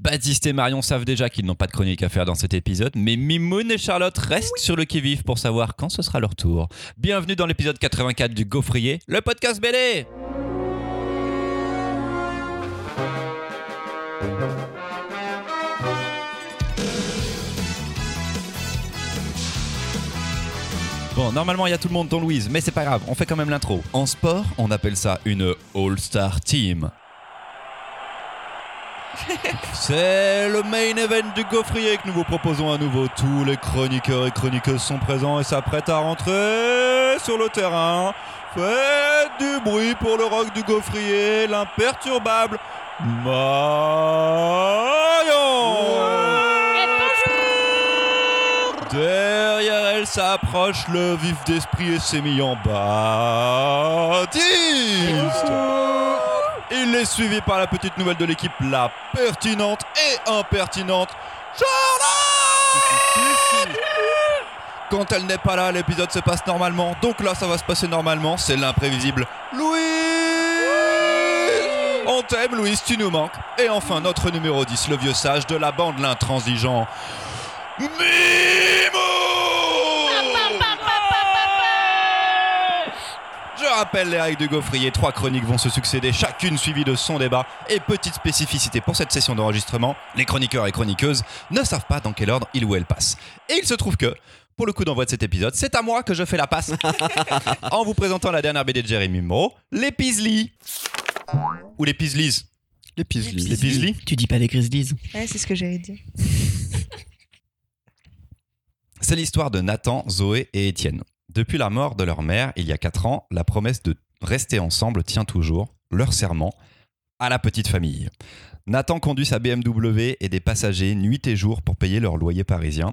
Baptiste et Marion savent déjà qu'ils n'ont pas de chronique à faire dans cet épisode, mais Mimoun et Charlotte restent sur le qui-vive pour savoir quand ce sera leur tour. Bienvenue dans l'épisode 84 du Gaufrier, le podcast BD Bon, normalement, il y a tout le monde, dont Louise, mais c'est pas grave, on fait quand même l'intro. En sport, on appelle ça une All-Star Team. C'est le main event du Gaufrier que nous vous proposons à nouveau. Tous les chroniqueurs et chroniqueuses sont présents et s'apprêtent à rentrer sur le terrain. Faites du bruit pour le rock du Gaufrier, l'imperturbable Marion Derrière elle s'approche le vif d'esprit et sémillant Baptiste il est suivi par la petite nouvelle de l'équipe, la pertinente et impertinente Charlotte Quand elle n'est pas là, l'épisode se passe normalement. Donc là, ça va se passer normalement. C'est l'imprévisible Louis On t'aime, Louise, tu nous manques. Et enfin, notre numéro 10, le vieux sage de la bande, l'intransigeant Mimo Je rappelle les règles du gaufrier, trois chroniques vont se succéder, chacune suivie de son débat. Et petite spécificité pour cette session d'enregistrement, les chroniqueurs et chroniqueuses ne savent pas dans quel ordre il ou elle passe. Et il se trouve que, pour le coup d'envoi de cet épisode, c'est à moi que je fais la passe en vous présentant la dernière BD de Jérémy Moreau, Les Pisleys. Ou Les Pisleys. Les Pisleys. Les Pisleys Tu dis pas les Grizzlies Ouais, c'est ce que j'allais dire. C'est l'histoire de Nathan, Zoé et Étienne. Depuis la mort de leur mère, il y a 4 ans, la promesse de rester ensemble tient toujours, leur serment, à la petite famille. Nathan conduit sa BMW et des passagers nuit et jour pour payer leur loyer parisien.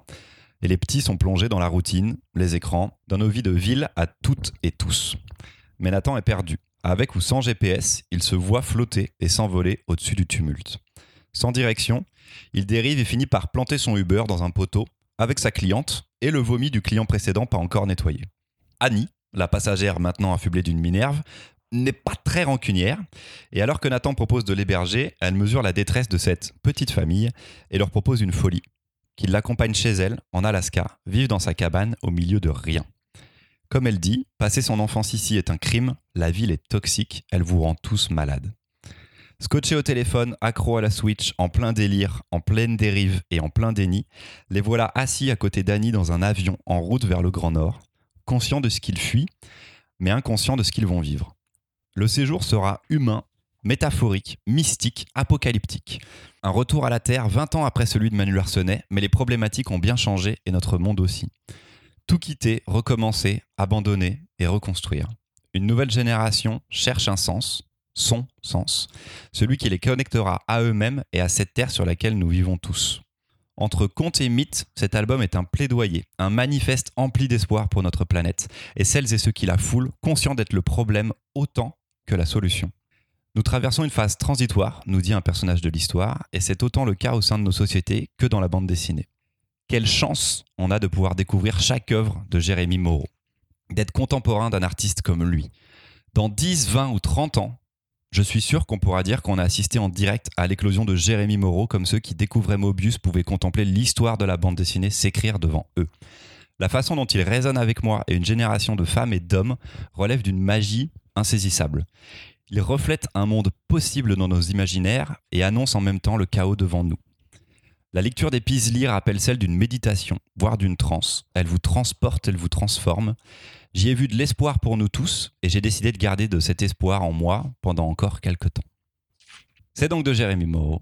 Et les petits sont plongés dans la routine, les écrans, dans nos vies de ville à toutes et tous. Mais Nathan est perdu. Avec ou sans GPS, il se voit flotter et s'envoler au-dessus du tumulte. Sans direction, il dérive et finit par planter son Uber dans un poteau avec sa cliente et le vomi du client précédent pas encore nettoyé. Annie, la passagère maintenant affublée d'une minerve, n'est pas très rancunière, et alors que Nathan propose de l'héberger, elle mesure la détresse de cette petite famille et leur propose une folie, qu'il l'accompagne chez elle, en Alaska, vivre dans sa cabane au milieu de rien. Comme elle dit, passer son enfance ici est un crime, la ville est toxique, elle vous rend tous malades. Scotché au téléphone, accro à la Switch, en plein délire, en pleine dérive et en plein déni, les voilà assis à côté d'Annie dans un avion en route vers le Grand Nord, conscients de ce qu'ils fuient, mais inconscients de ce qu'ils vont vivre. Le séjour sera humain, métaphorique, mystique, apocalyptique. Un retour à la Terre 20 ans après celui de Manu Larsenet, mais les problématiques ont bien changé et notre monde aussi. Tout quitter, recommencer, abandonner et reconstruire. Une nouvelle génération cherche un sens, son sens, celui qui les connectera à eux-mêmes et à cette terre sur laquelle nous vivons tous. Entre contes et mythes, cet album est un plaidoyer, un manifeste empli d'espoir pour notre planète et celles et ceux qui la foulent, conscients d'être le problème autant que la solution. Nous traversons une phase transitoire, nous dit un personnage de l'histoire, et c'est autant le cas au sein de nos sociétés que dans la bande dessinée. Quelle chance on a de pouvoir découvrir chaque œuvre de Jérémy Moreau, d'être contemporain d'un artiste comme lui. Dans 10, 20 ou 30 ans, je suis sûr qu'on pourra dire qu'on a assisté en direct à l'éclosion de Jérémy Moreau comme ceux qui découvraient Mobius pouvaient contempler l'histoire de la bande dessinée s'écrire devant eux. La façon dont il résonne avec moi et une génération de femmes et d'hommes relève d'une magie insaisissable. Il reflète un monde possible dans nos imaginaires et annonce en même temps le chaos devant nous. La lecture des Pisli rappelle celle d'une méditation, voire d'une transe. Elle vous transporte, elle vous transforme. J'y ai vu de l'espoir pour nous tous et j'ai décidé de garder de cet espoir en moi pendant encore quelques temps. C'est donc de Jérémy Moreau,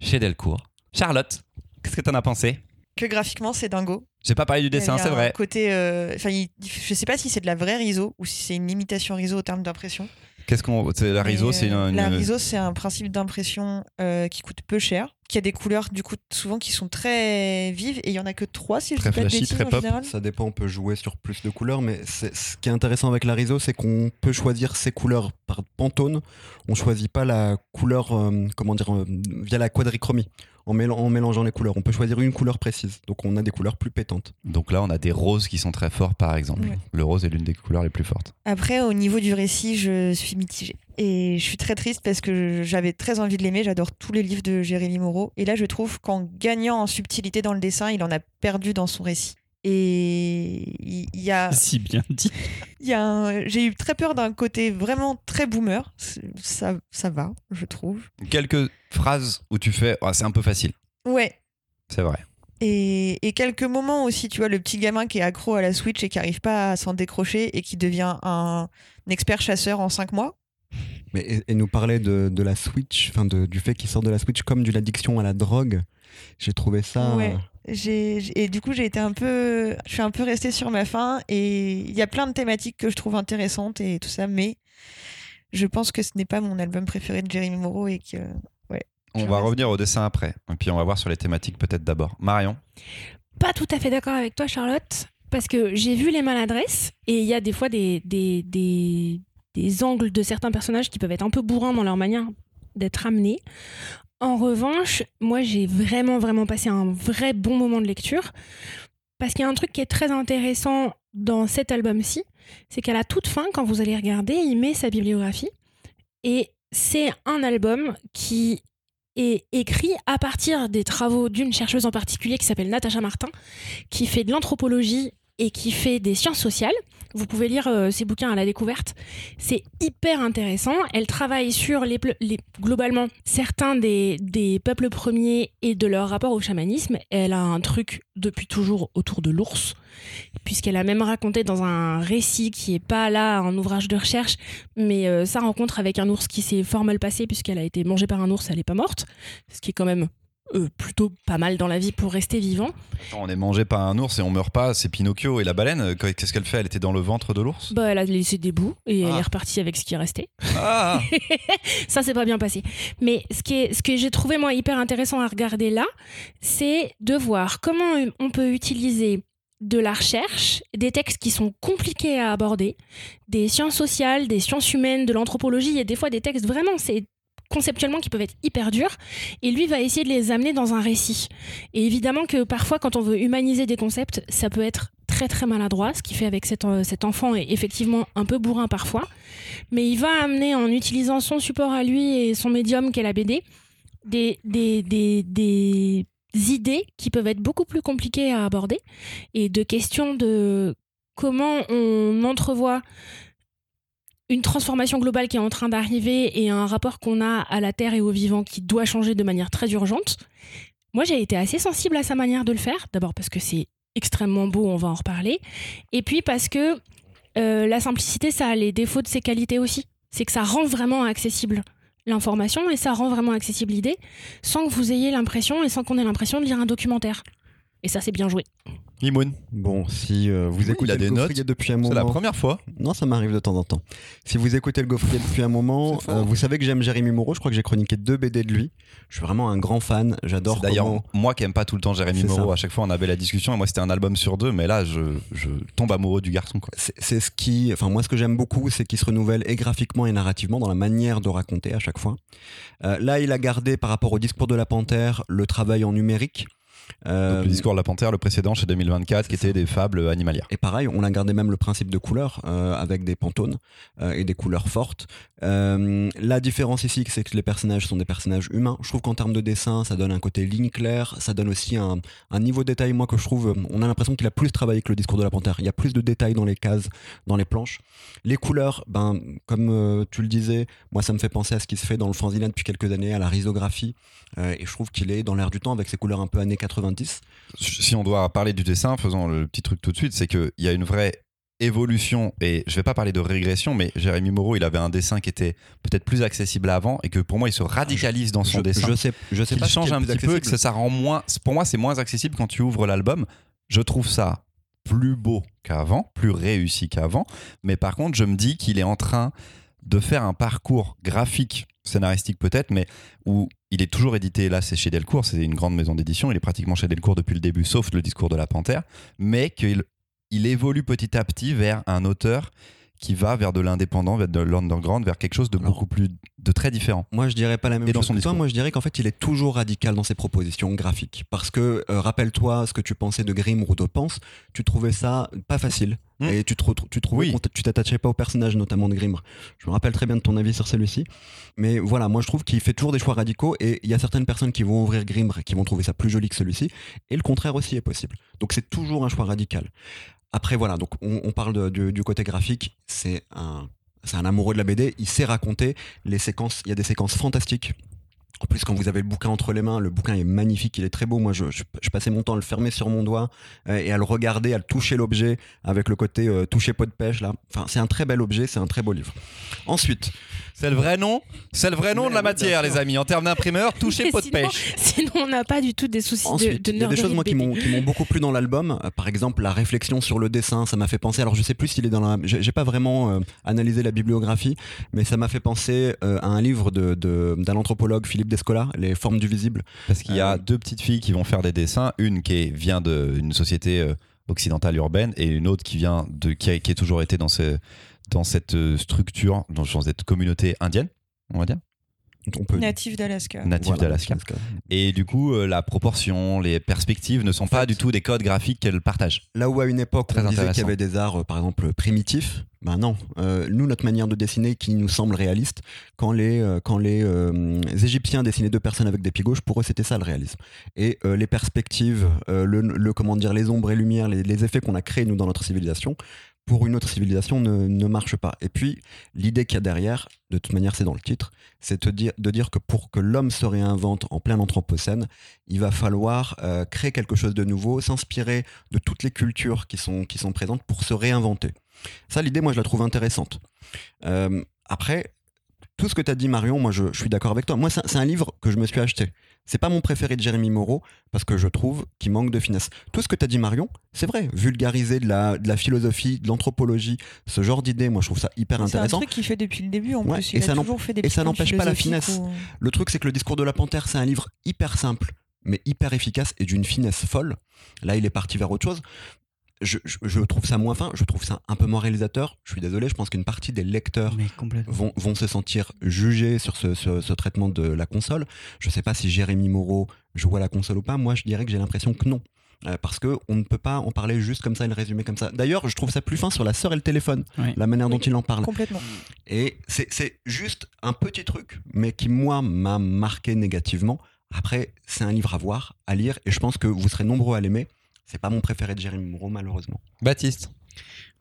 chez Delcourt. Charlotte, qu'est-ce que t'en as pensé Que graphiquement, c'est dingo. J'ai pas parlé du dessin, Il y a Eh c'est un vrai. Côté, euh, enfin, il- je sais pas si c'est de la vraie riso ou si c'est une imitation riso au terme d'impression. Qu'est-ce qu'on. c'est La riso, Mais, c'est une. euh, une- La riso, c'est un principe d'impression euh, qui coûte peu cher, qui a des couleurs du coup souvent qui sont très vives et il y en a que trois si je Très dis pas de flashy, bêtises très en pop. général. Ça dépend, on peut jouer sur plus de couleurs, mais c'est- ce qui est intéressant avec la RISO, c'est qu'on peut choisir ses couleurs par pantone. On choisit pas la couleur, euh, comment dire, euh, via la quadrichromie. en, mélan- en mélangeant les couleurs. On peut choisir une couleur précise, donc on a des couleurs plus pétantes. Donc là, on a des roses qui sont très forts, par exemple. Ouais. Le rose est l'une des couleurs les plus fortes. Après, au niveau du récit, je suis mitigée. Et je suis très triste parce que j'avais très envie de l'aimer. J'adore tous les livres de Jérémy Moreau. Et là, je trouve qu'en gagnant en subtilité dans le dessin, il en a perdu dans son récit. Et il il y a. Si bien dit. Il y a un- J'ai eu très peur d'un côté vraiment très boomer. C'est- Ça, ça va, je trouve. Quelques phrases où tu fais, Ah, c'est un peu facile. Ouais. C'est vrai. Et, et quelques moments aussi, tu vois, le petit gamin qui est accro à la Switch et qui arrive pas à s'en décrocher et qui devient un, un expert chasseur en 5 mois. Mais, et, et nous parler de, de la Switch, enfin de- du fait qu'il sort de la Switch comme d'une addiction à la drogue, j'ai trouvé ça. Ouais. J'ai- j'ai- et du coup, j'ai été un peu, je suis un peu restée sur ma faim et il y a plein de thématiques que je trouve intéressantes et tout ça, mais je pense que ce n'est pas mon album préféré de Jérémy Moreau et que On Je va reste. revenir au dessin après. Et puis, on va voir sur les thématiques peut-être d'abord. Marion, Pas tout à fait d'accord avec toi, Charlotte, parce que j'ai vu les maladresses et il y a des fois des, des, des, des angles de certains personnages qui peuvent être un peu bourrins dans leur manière d'être amenés. En revanche, moi, j'ai vraiment, vraiment passé un vrai bon moment de lecture parce qu'il y a un truc qui est très intéressant dans cet album-ci, c'est qu'à la toute fin, quand vous allez regarder, il met sa bibliographie et c'est un album qui est écrit à partir des travaux d'une chercheuse en particulier qui s'appelle Natacha Martin, qui fait de l'anthropologie et qui fait des sciences sociales. Vous pouvez lire euh, ses bouquins à la découverte. C'est hyper intéressant. Elle travaille sur les, ple- les- globalement certains des, des peuples premiers et de leur rapport au chamanisme. Elle a un truc depuis toujours autour de l'ours, puisqu'elle a même raconté dans un récit qui est pas là, un ouvrage de recherche, mais euh, sa rencontre avec un ours qui s'est fort mal passé puisqu'elle a été mangée par un ours, elle n'est pas morte, ce qui est quand même euh, plutôt pas mal dans la vie pour rester vivant. Attends, on est mangé par un ours et on meurt pas. C'est Pinocchio et la baleine. Qu- Qu'est-ce qu'elle fait Elle était dans le ventre de l'ours Bah, elle a laissé des bouts et elle Ah. est repartie avec ce qui est resté. Ah Ça, c'est pas bien passé. Mais ce, qui est, ce que j'ai trouvé, moi, hyper intéressant à regarder là, c'est de voir comment on peut utiliser de la recherche, des textes qui sont compliqués à aborder, des sciences sociales, des sciences humaines, de l'anthropologie, et des fois des textes vraiment, c'est conceptuellement qui peuvent être hyper durs, et lui va essayer de les amener dans un récit. Et évidemment que parfois, quand on veut humaniser des concepts, ça peut être très très maladroit, ce qui fait avec cet, euh, cet enfant est effectivement un peu bourrin parfois, mais il va amener en utilisant son support à lui et son médium qu'est la BD, des, des, des, des idées qui peuvent être beaucoup plus compliquées à aborder et de questions de comment on entrevoit une transformation globale qui est en train d'arriver et un rapport qu'on a à la Terre et au vivant qui doit changer de manière très urgente. Moi, j'ai été assez sensible à sa manière de le faire, d'abord parce que c'est extrêmement beau, on va en reparler, et puis parce que euh, la simplicité, ça a les défauts de ses qualités aussi. C'est que ça rend vraiment accessible l'information et ça rend vraiment accessible l'idée sans que vous ayez l'impression et sans qu'on ait l'impression de lire un documentaire. Et ça, c'est bien joué. Limoun, Bon, si euh, vous Oui, écoutez il a le des notes. gaufrier depuis un moment, c'est la première fois. non, ça m'arrive de temps en temps. Si vous écoutez le gaufrier depuis un moment, C'est fort. euh, vous savez que j'aime Jérémy Moreau. Je crois que j'ai chroniqué deux BD de lui. Je suis vraiment un grand fan. C'est J'adore. D'ailleurs, comment- moi qui aime pas tout le temps Jérémy C'est Moreau, ça. à chaque fois on avait la discussion et moi c'était un album sur deux, mais là je, je tombe amoureux du garçon. Quoi. c'est c'est ce qui, enfin moi ce que j'aime beaucoup, c'est qu'il se renouvelle et graphiquement et narrativement dans la manière de raconter à chaque fois. Euh, là, il a gardé par rapport au discours de la panthère le travail en numérique. Euh, Donc, le discours de la panthère, le précédent chez 2024, qui C'est ça. était des fables animalières. et pareil, on a gardé même le principe de couleur euh, avec des pantones euh, et des couleurs fortes. Euh, la différence ici, c'est que les personnages sont des personnages humains. Je trouve qu'en termes de dessin, ça donne un côté ligne claire, ça donne aussi un, un niveau de détail, moi, que je trouve, euh, on a l'impression qu'il a plus travaillé que le discours de la panthère. Il y a plus de détails dans les cases, dans les planches. Les couleurs, ben, comme euh, tu le disais, moi, ça me fait penser à ce qui se fait dans le fanzine depuis quelques années, à la risographie. Euh, et je trouve qu'il est dans l'air du temps avec ses couleurs un peu années 90. Si on doit parler du dessin, faisons le petit truc tout de suite, c'est qu'il y a une vraie évolution et je vais pas parler de régression, mais Jérémy Moreau il avait un dessin qui était peut-être plus accessible avant et que pour moi il se radicalise dans son je, dessin. je sais, je sais qu'il pas ce qui change est un le plus petit peu et que accessible. ça, ça rend moins. Pour moi, c'est moins accessible quand tu ouvres l'album. Je trouve ça plus beau qu'avant, plus réussi qu'avant. Mais par contre, je me dis qu'il est en train de faire un parcours graphique, scénaristique peut-être, mais où il est toujours édité. Là, c'est chez Delcourt, c'est une grande maison d'édition. Il est pratiquement chez Delcourt depuis le début, sauf le discours de la panthère. Mais qu'il il évolue petit à petit vers un auteur qui va vers de l'indépendant, vers de l'underground, vers quelque chose de Alors- beaucoup plus de très différent. Moi, je dirais pas la même Et dans chose son que toi. discours. Moi, je dirais qu'en fait, il est toujours radical dans ses propositions graphiques. Parce que, euh, rappelle-toi ce que tu pensais de Grimm ou de Pence, tu trouvais ça pas facile. Mm. Et tu, te retru- tu trouvais Oui. qu'on t- tu t'attachais pas au personnage, notamment de Grimm. Je me rappelle très bien de ton avis sur celui-ci. Mais voilà, moi, je trouve qu'il fait toujours des choix radicaux. Et il y a certaines personnes qui vont ouvrir Grimm, qui vont trouver ça plus joli que celui-ci. Et le contraire aussi est possible. Donc, c'est toujours un choix radical. Après, voilà, donc on, on parle de- du- du côté graphique. C'est un c'est un amoureux de la BD, il sait raconter les séquences, il y a des séquences fantastiques. En plus, quand vous avez le bouquin entre les mains, le bouquin est magnifique, il est très beau. Moi, je, je- je passais mon temps à le fermer sur mon doigt euh, et à le regarder, à le toucher l'objet avec le côté euh, toucher pot de pêche là. Enfin, c'est un très bel objet, c'est un très beau livre. Ensuite, C'est le vrai nom C'est le vrai nom Mais de la oui, bien matière, sûr. les amis. En termes d'imprimeur, touchez Mais pot de sinon- pêche. Sinon, on n'a pas du tout des soucis ensuite, de, de il y a des nerderie choses moi de qui BD. m'ont qui m'ont beaucoup plu dans l'album. Euh, Par exemple, la réflexion sur le dessin, ça m'a fait penser. Alors, je sais plus s'il est dans la. J'ai j'ai pas vraiment euh, analysé la bibliographie, mais ça m'a fait penser euh, à un livre de de- d'un anthropologue Philippe Descola, Les formes du visible. Parce qu'il y a Euh, deux petites filles qui vont faire des dessins, une qui est- vient d'une société euh, occidentale urbaine et une autre qui vient de qui a, qui a toujours été dans, ce- dans cette euh, structure, dans, dans cette communauté indienne, on va dire, On peut Natif d'Alaska. native Voilà, d'Alaska. natif d'Alaska. Et du coup, euh, la proportion, les perspectives ne sont pas du tout des codes graphiques qu'elles partagent. Là où à une époque Très on disait intéressant. qu'il y avait des arts, euh, par exemple, primitifs, ben non. Euh, nous, notre manière de dessiner qui nous semble réaliste, quand les, euh, quand les euh, Égyptiens dessinaient deux personnes avec des pieds gauches, pour eux, c'était ça le réalisme. Et euh, les perspectives, euh, le, le- comment dire, les ombres et lumières, les, les effets qu'on a créés, nous, dans notre civilisation, pour une autre civilisation, ne, ne marche pas. Et puis, l'idée qu'il y a derrière, de toute manière, c'est dans le titre, c'est de dire, de dire que pour que l'homme se réinvente en plein anthropocène, il va falloir euh, créer quelque chose de nouveau, s'inspirer de toutes les cultures qui sont, qui sont présentes pour se réinventer. Ça, l'idée, moi, je la trouve intéressante. Euh, après, tout ce que tu as dit, Marion, moi, je, je suis d'accord avec toi. Moi, c'est c'est un livre que je me suis acheté. C'est pas mon préféré de Jérémy Moreau parce que je trouve qu'il manque de finesse. Tout ce que tu as dit, Marion, c'est vrai. Vulgariser de la, de la philosophie, de l'anthropologie, ce genre d'idées, moi, je trouve ça hyper C'est un intéressant. truc qu'il fait depuis le début en Ouais, plus. et Il ça a n'en- toujours fait des et ça petits trucs n'empêche pas la philosophiques finesse. ou- Le truc, c'est que le discours de la panthère, c'est un livre hyper simple, mais hyper efficace et d'une finesse folle. Là, il est parti vers autre chose. Je, je- je trouve ça moins fin, je trouve ça un peu moins réalisateur. Je suis désolé, je pense qu'une partie des lecteurs Mais complètement. vont, vont se sentir jugés sur ce, ce- ce traitement de la console. Je ne sais pas si Jérémy Moreau joue à la console ou pas. Moi, je dirais que j'ai l'impression que non. Euh, parce que on ne peut pas en parler juste comme ça et le résumer comme ça. D'ailleurs, je trouve ça plus fin sur la sœur et le téléphone, Ouais. la manière dont il en parle. Complètement. Et c'est c'est juste un petit truc, mais qui, moi, m'a marqué négativement. Après, c'est un livre à voir, à lire, et je pense que vous serez nombreux à l'aimer. C'est pas mon préféré de Jérémy Moreau, malheureusement. Baptiste,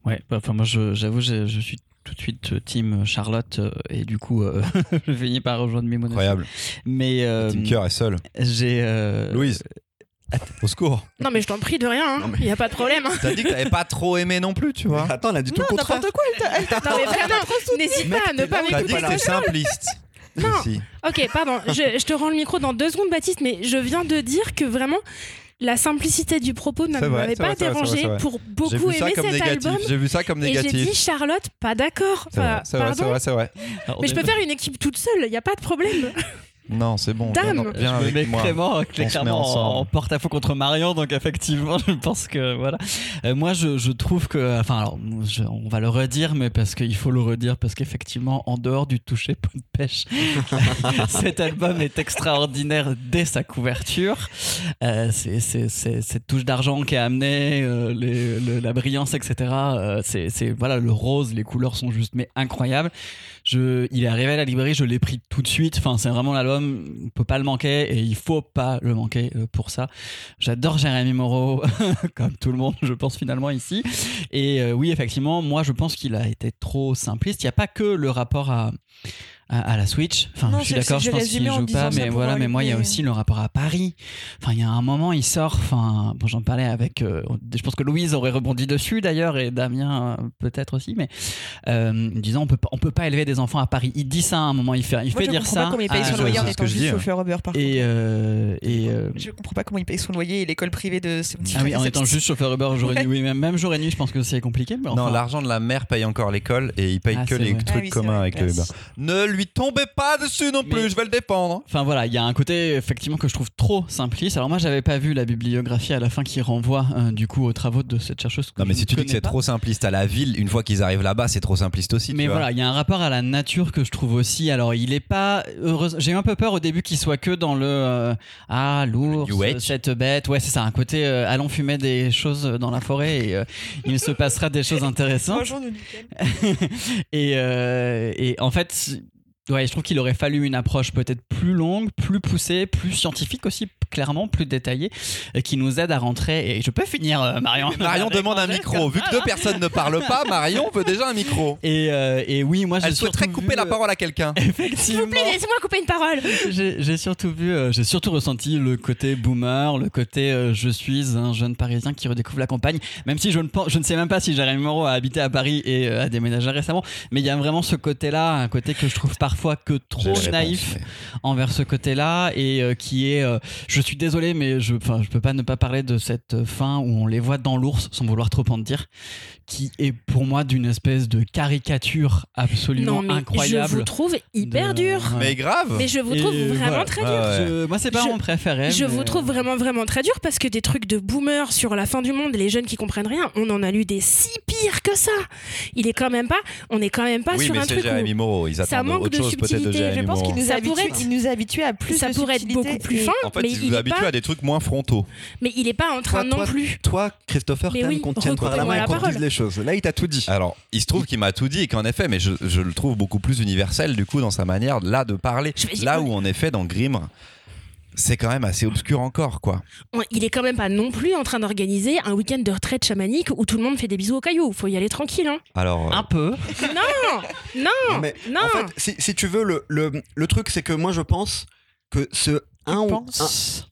Ouais, bah, enfin moi je- j'avoue, je, je suis tout de suite euh, team Charlotte euh, et du coup euh, je finis par rejoindre mes mots. incroyable. Mais euh, Tim Cœur est seul. j'ai euh, Louise, au secours. Non, mais je t'en prie de rien, il Non, mais- n'y a pas de problème. hein. T'as dit que t'avais pas trop aimé non plus, tu vois. Attends, elle a dit tout Non, le contraire. n'importe quoi. elle t'a- elle t'a- Non, mais vraiment, n'hésite pas à Ah, ne pas T'as dit m'écouter. que t'es simpliste. Non. Aussi. Ok, pardon, je, je te rends le micro dans deux secondes, Baptiste, mais je viens de dire que vraiment, la simplicité du propos ne C'est vrai, m'avait c'est vrai, pas c'est vrai, c'est dérangé vrai, c'est pour J'ai beaucoup vu ça aimer comme cet négatif. album. J'ai vu ça comme Et j'ai dit, négatif. Charlotte, pas d'accord. C'est vrai, Enfin, c'est vrai, c'est pardon. vrai, c'est vrai. alors, mais je on peux est- faire une équipe toute seule, il n'y a pas de problème. Non, c'est bon. Dame. viens- je Viens me mets avec moi. vraiment met euh, clairement ensemble. en, en porte-à-faux contre Marion, donc effectivement, je pense que voilà. Euh, moi, je, je trouve que, enfin, alors, je- on va le redire, mais parce qu'il faut le redire, parce qu'effectivement, en dehors du toucher pot de pêche, cet album est extraordinaire dès sa couverture. Euh, c'est, c'est- c'est- cette touche d'argent qui est amenée, euh, les- le- la brillance, etc. euh, c'est, c'est- voilà, le rose, les couleurs sont juste mais incroyables. Je, il est arrivé à la librairie, je l'ai pris tout de suite. Enfin, c'est vraiment l'album, on peut pas le manquer et il faut pas le manquer euh, pour ça. J'adore Jérémy Moreau, comme tout le monde, je pense finalement ici. Et euh, oui, effectivement, moi je pense qu'il a été trop simpliste. Il n'y a pas que le rapport à, à, à la Switch. Enfin, Non, je suis c'est- d'accord, c'est- je j'ai pense qu'il résumé en joue disant pas, ça mais pour voilà. avoir Mais moi, il y a l'idée. aussi le rapport à Paris. Enfin, il y a un moment, il sort. Enfin, bon, j'en parlais avec. euh, je pense que Louise aurait rebondi dessus d'ailleurs et Damien euh, peut-être aussi, mais euh, disant on peut pas- on peut pas élever des enfants à Paris. Il dit ça à un moment. Il fait, il Moi, fait je dire comprends ça. Ah, pas comment il à- paye son je- loyer c'est en ce que étant je dis, juste hein. chauffeur Uber par contre. Et, euh, et euh, Je comprends pas comment il paye son loyer et l'école privée de ce petit ah oui, frère et en sa étant petite- juste chauffeur Uber jour et Ouais. nuit. Oui, même, même jour et nuit, je pense que c'est compliqué. Mais enfin, Non, l'argent de la mère paye encore l'école et il paye Ah, que c'est les vrai. Ah trucs oui, c'est communs vrai, avec le merci. Uber. Ne lui lui tombez pas dessus non plus, Mais- je vais le défendre. Enfin voilà, il y a un côté effectivement que je trouve trop simpliste. Alors moi, j'avais pas vu la bibliographie à la fin qui renvoie euh, du coup aux travaux de cette chercheuse. que Non, mais je si ne tu dis que connais c'est pas. trop simpliste à la ville, une fois qu'ils arrivent là-bas, c'est trop simpliste aussi. tu Mais vois. voilà, il y a un rapport à la nature que je trouve aussi. Alors, il est pas. heureuse- J'ai eu un peu peur au début qu'il soit que dans le. euh, ah, l'ours, Le New Age. cette bête. Ouais, c'est ça, un côté. euh, allons fumer des choses dans la forêt et euh, il se passera des choses intéressantes. Bonjour, nous et, euh, et en fait, ouais, je trouve qu'il aurait fallu une approche peut-être plus longue, plus poussée, plus scientifique aussi, p- clairement, plus détaillée, et qui nous aide à rentrer. Et je peux finir, euh, Marion. Mais Marion avec demande mon un geste micro. comme Vu ça, que deux là. personnes ne parlent pas, Marion veut déjà un micro. Et, euh, et oui, moi, j'ai Elle souhaiterait surtout couper vu, la euh, parole à quelqu'un. S'il vous plaît, Effectivement. laissez-moi couper une parole. J'ai j'ai surtout vu, euh, j'ai surtout ressenti le côté boomer, le côté euh, je suis un jeune Parisien qui redécouvre la campagne. Même si je ne pense, je ne sais même pas si Jérémy Moreau a habité à Paris et euh, a déménagé récemment, mais il y a vraiment ce côté-là, un côté que je trouve parfois que trop naïf envers ce côté-là et euh, qui est, euh, je suis désolé, mais je, enfin, je peux pas ne pas parler de cette euh, fin où on les voit dans l'ours sans vouloir trop en dire, qui est pour moi d'une espèce de caricature absolument Non, mais incroyable. je vous trouve hyper de- dur. Mais grave. Mais je vous Et trouve vraiment voilà. très dur. Ah ouais. Je- moi, c'est pas Je- mon préféré. Je mais- vous trouve vraiment, vraiment très dur parce que des trucs de boomers sur la fin du monde, les jeunes qui comprennent rien, on en a lu des si pires que ça. Il est quand même pas, on est quand même pas oui, sur mais un c'est truc Jérémy où Moreau. Ils ça attendent manque autre de chose peut-être de subtilité, Jérémy Je pense Moreau. qu'il nous, Ça habitue- pourrait être- il nous habitue à plus ça de pourrait être subtilité beaucoup plus et- fin, En fait, mais ils il vous est habituent pas, à des trucs moins frontaux. mais il est pas en train Toi, non toi, plus. Toi, Christopher, Mais t'aimes oui, qu'on te tienne par la recoupez-moi main et la qu'on te dise parole. Ah. les choses. Là, il t'a tout dit. Alors, il se trouve qu'il m'a tout dit et qu'en effet, mais je, je le trouve beaucoup plus universel du coup dans sa manière là de parler. Je vais dire- Là où en effet dans Grimm, c'est quand même assez obscur encore quoi. On- Il est quand même pas non plus en train d'organiser un week-end de retraite chamanique où tout le monde fait des bisous aux cailloux. Faut y aller tranquille, hein. Alors, euh, un peu. Non, Non, mais non. En fait, si, si tu veux, le, le, le truc, c'est que moi, je pense que ce un ou pense.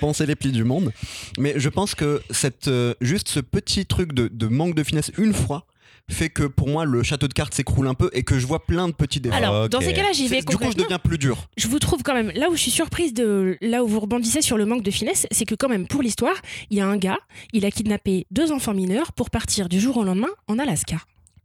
penser les plis du monde. Mais je pense que cette, euh, juste ce petit truc de, de manque de finesse une fois fait que pour moi le château de cartes s'écroule un peu et que je vois plein de petits défauts. Alors, Ok. dans ces cas-là, j'y Ah, vais C'est- du coup, je complètement. deviens plus dur. je vous trouve quand même, là où je suis surprise de là où vous rebondissez sur le manque de finesse, c'est que quand même pour l'histoire, il y a un gars, il a kidnappé deux enfants mineurs pour partir du jour au lendemain en Alaska.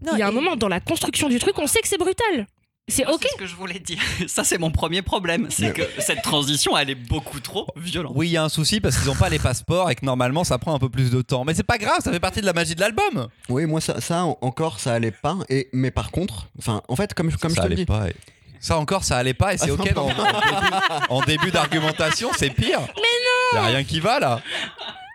Non, il y a un et- moment dans la construction du truc, on sait que c'est brutal. C'est ok. C'est ce que je voulais dire. Ça, c'est mon premier problème. C'est que cette transition, elle est beaucoup trop violente. oui, il y a un souci parce qu'ils n'ont pas les passeports et que normalement ça prend un peu plus de temps. Mais c'est pas grave, ça fait partie de la magie de l'album. Oui, moi ça, ça en- encore ça allait pas. Et mais par contre, enfin en fait comme, comme je ça te le allait dis. pas. et- Ça encore, ça allait pas et c'est Ah, ok. non, dans- en début, en début d'argumentation, c'est pire. Mais non. Y a rien qui va là.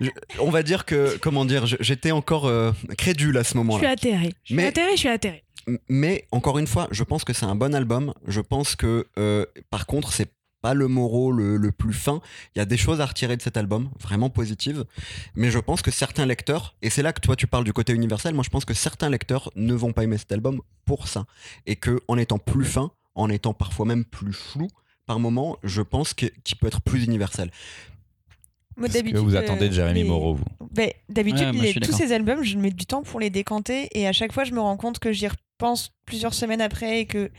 je- on va dire que comment dire, je- j'étais encore euh, crédule à ce Je suis moment-là. atterré. Je suis Mais- atterré, je suis atterré. M- Mais encore une fois, je pense que c'est un bon album. Je pense que euh, par contre c'est pas le moraux le, le plus fin. Il y a des choses à retirer de cet album, vraiment positives. Mais je pense que certains lecteurs, et c'est là que toi tu parles du côté universel, moi je pense que certains lecteurs ne vont pas aimer cet album pour ça. Et que en étant plus fin, en étant parfois même plus flou, par moment, je pense que- qu'il peut être plus universel. Moi, Qu'est-ce que d'habitude, vous euh, attendez de Jérémy les- Moreau, vous Ben, D'habitude, Ouais, moi, je les- suis tous d'accord. ces albums, je mets du temps pour les décanter et à chaque fois, je me rends compte que j'y repense plusieurs semaines après et que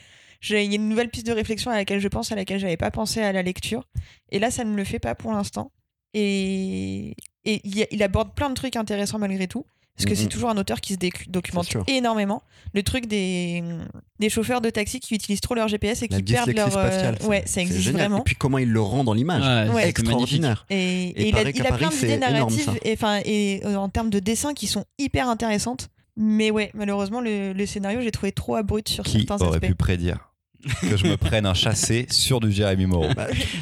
j'ai il y a une nouvelle piste de réflexion à laquelle je pense, à laquelle j'avais pas pensé à la lecture. Et là, ça ne me le fait pas pour l'instant. Et, et il, y a- il aborde plein de trucs intéressants malgré tout. Parce que Mhm. c'est toujours un auteur qui se décu- documente C'est sûr. énormément. Le truc des, des chauffeurs de taxi qui utilisent trop leur GPS et La qui perdent leur. dyslexie euh, spatiale. ça. ouais, ça C'est existe génial. vraiment. Et puis comment il le rend dans l'image. Ouais, c'est Extraordinaire. Et, Et et il a, paraît il qu'à a Paris, plein d'idées c'est énorme, narratives et, enfin, et euh, en termes de dessin qui sont hyper intéressantes. Mais ouais, malheureusement, le, le scénario, j'ai trouvé trop abrupt sur Qui certains aurait aspects. pu prédire que je me prenne un chassé sur du Jérémy Moreau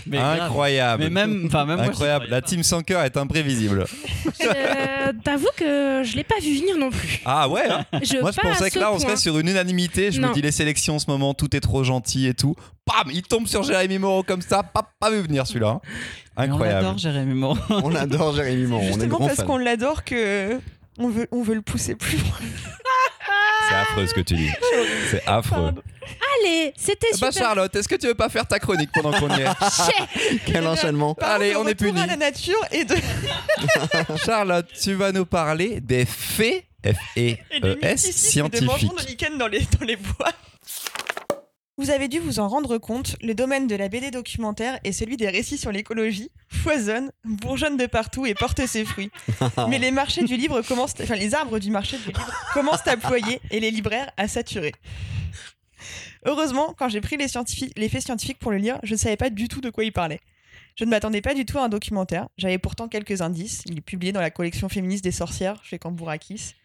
Mais grave. Incroyable. Mais même, enfin même moi, je Incroyable, croyais la pas. team sans cœur est imprévisible. Euh, T'avoues que je l'ai pas vu venir non plus. Ah ouais hein Je Moi je pas à pensais que ce là on point. serait sur une unanimité. Je me Non. dis les sélections en ce moment, tout est trop gentil et tout. Bam Il tombe sur Jérémy Moreau comme ça, pas, pas vu venir celui-là. hein. Mais On Incroyable. adore Jérémy Moreau. On adore Jérémy Moron. On est Justement grand parce fan. qu'on l'adore que on veut, on veut le pousser plus loin. C'est affreux ce que tu dis. C'est affreux. Pardon. Allez, c'était Bah super. Charlotte, est-ce que tu veux pas faire ta chronique pendant qu'on y est Chais. Quel enchaînement. Allez, De on est retour punis. à la nature et de Charlotte, tu vas nous parler des faits et de F-E-S mysticisme et de mangeons de scientifiques. lichen dans les, dans les bois. Vous avez dû vous en rendre compte, le domaine de la BD documentaire et celui des récits sur l'écologie foisonne, bourgeonne de partout et porte ses fruits. Mais les marchés du livre commencent, enfin les arbres du marché du livre commencent à ployer et les libraires à saturer. Heureusement, quand j'ai pris les, scientifiques, les faits scientifiques pour le lire, je ne savais pas du tout de quoi il parlait. Je ne m'attendais pas du tout à un documentaire. J'avais pourtant quelques indices. Il est publié dans la collection féministe des sorcières chez Cambourakis.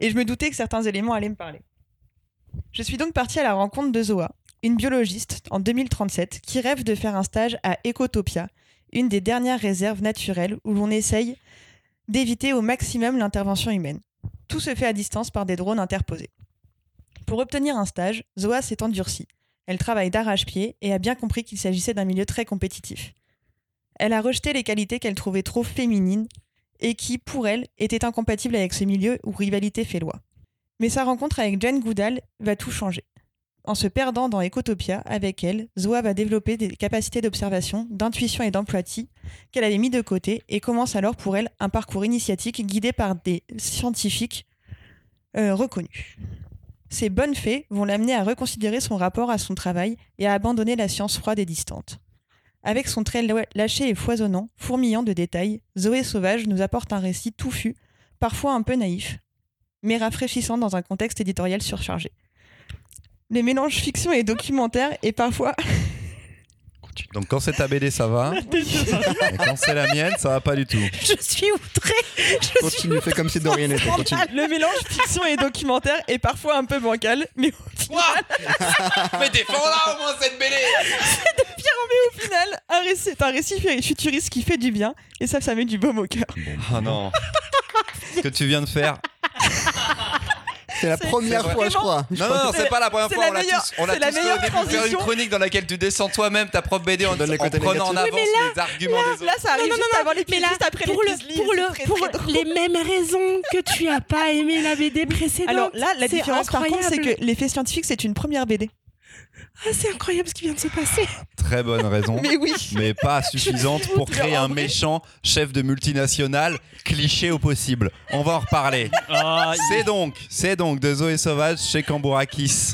Et je me doutais que certains éléments allaient me parler. Je suis donc partie à la rencontre de Zoa, une biologiste en 2037 qui rêve de faire un stage à Ecotopia, une des dernières réserves naturelles où l'on essaye d'éviter au maximum l'intervention humaine. Tout se fait à distance par des drones interposés. Pour obtenir un stage, Zoa s'est endurcie. Elle travaille d'arrache-pied et a bien compris qu'il s'agissait d'un milieu très compétitif. Elle a rejeté les qualités qu'elle trouvait trop féminines et qui, pour elle, étaient incompatibles avec ce milieu où rivalité fait loi. Mais sa rencontre avec Jane Goodall va tout changer. En se perdant dans Ecotopia, avec elle, Zoa va développer des capacités d'observation, d'intuition et d'empathie qu'elle avait mis de côté et commence alors pour elle un parcours initiatique guidé par des scientifiques euh, reconnus. Ces bonnes fées vont l'amener à reconsidérer son rapport à son travail et à abandonner la science froide et distante. Avec son trait lâché et foisonnant, fourmillant de détails, Zoé Sauvage nous apporte un récit touffu, parfois un peu naïf, mais rafraîchissant dans un contexte éditorial surchargé. Le mélange fiction et documentaire est parfois Donc quand c'est ta BD, ça va. Et quand c'est la mienne, ça va pas du tout. Je suis outrée. Je suis Continue, fais comme si de rien n'était. Continue. le mélange fiction et documentaire est parfois un peu bancal, mais au final, Mais défends-la au moins cette BD au final, un récit- c'est un récit fu- futuriste qui fait du bien et ça, ça met du baume au cœur. Oh non Ce que tu viens de faire. C'est la C'est- première c'est fois, je crois. Non, non, non, c'est pas la première c'est fois. la on l'a meilleure- tous, on l'a c'est la tous fait au meilleure début de faire une transition. chronique dans laquelle tu descends toi-même ta propre BD en, en donne le côté prenant en avance négatif. Oui, mais les arguments des autres. Là, ça arrive Non, non, juste non, avant les mais là, juste après pour les le, Grizzlies, pour c'est le, très, pour très drôle. les mêmes raisons que tu as pas aimé la BD précédente. Alors là, la C'est différence par contre, c'est incroyable. que l'effet scientifique, c'est une première BD. Ah, c'est incroyable ce qui vient de se passer. Très bonne raison. Mais oui, mais pas suffisante pour créer un méchant chef de multinationale cliché au possible. On va en reparler. Ah, il- C'est donc, c'est donc de Zoé Sauvage chez Cambourakis.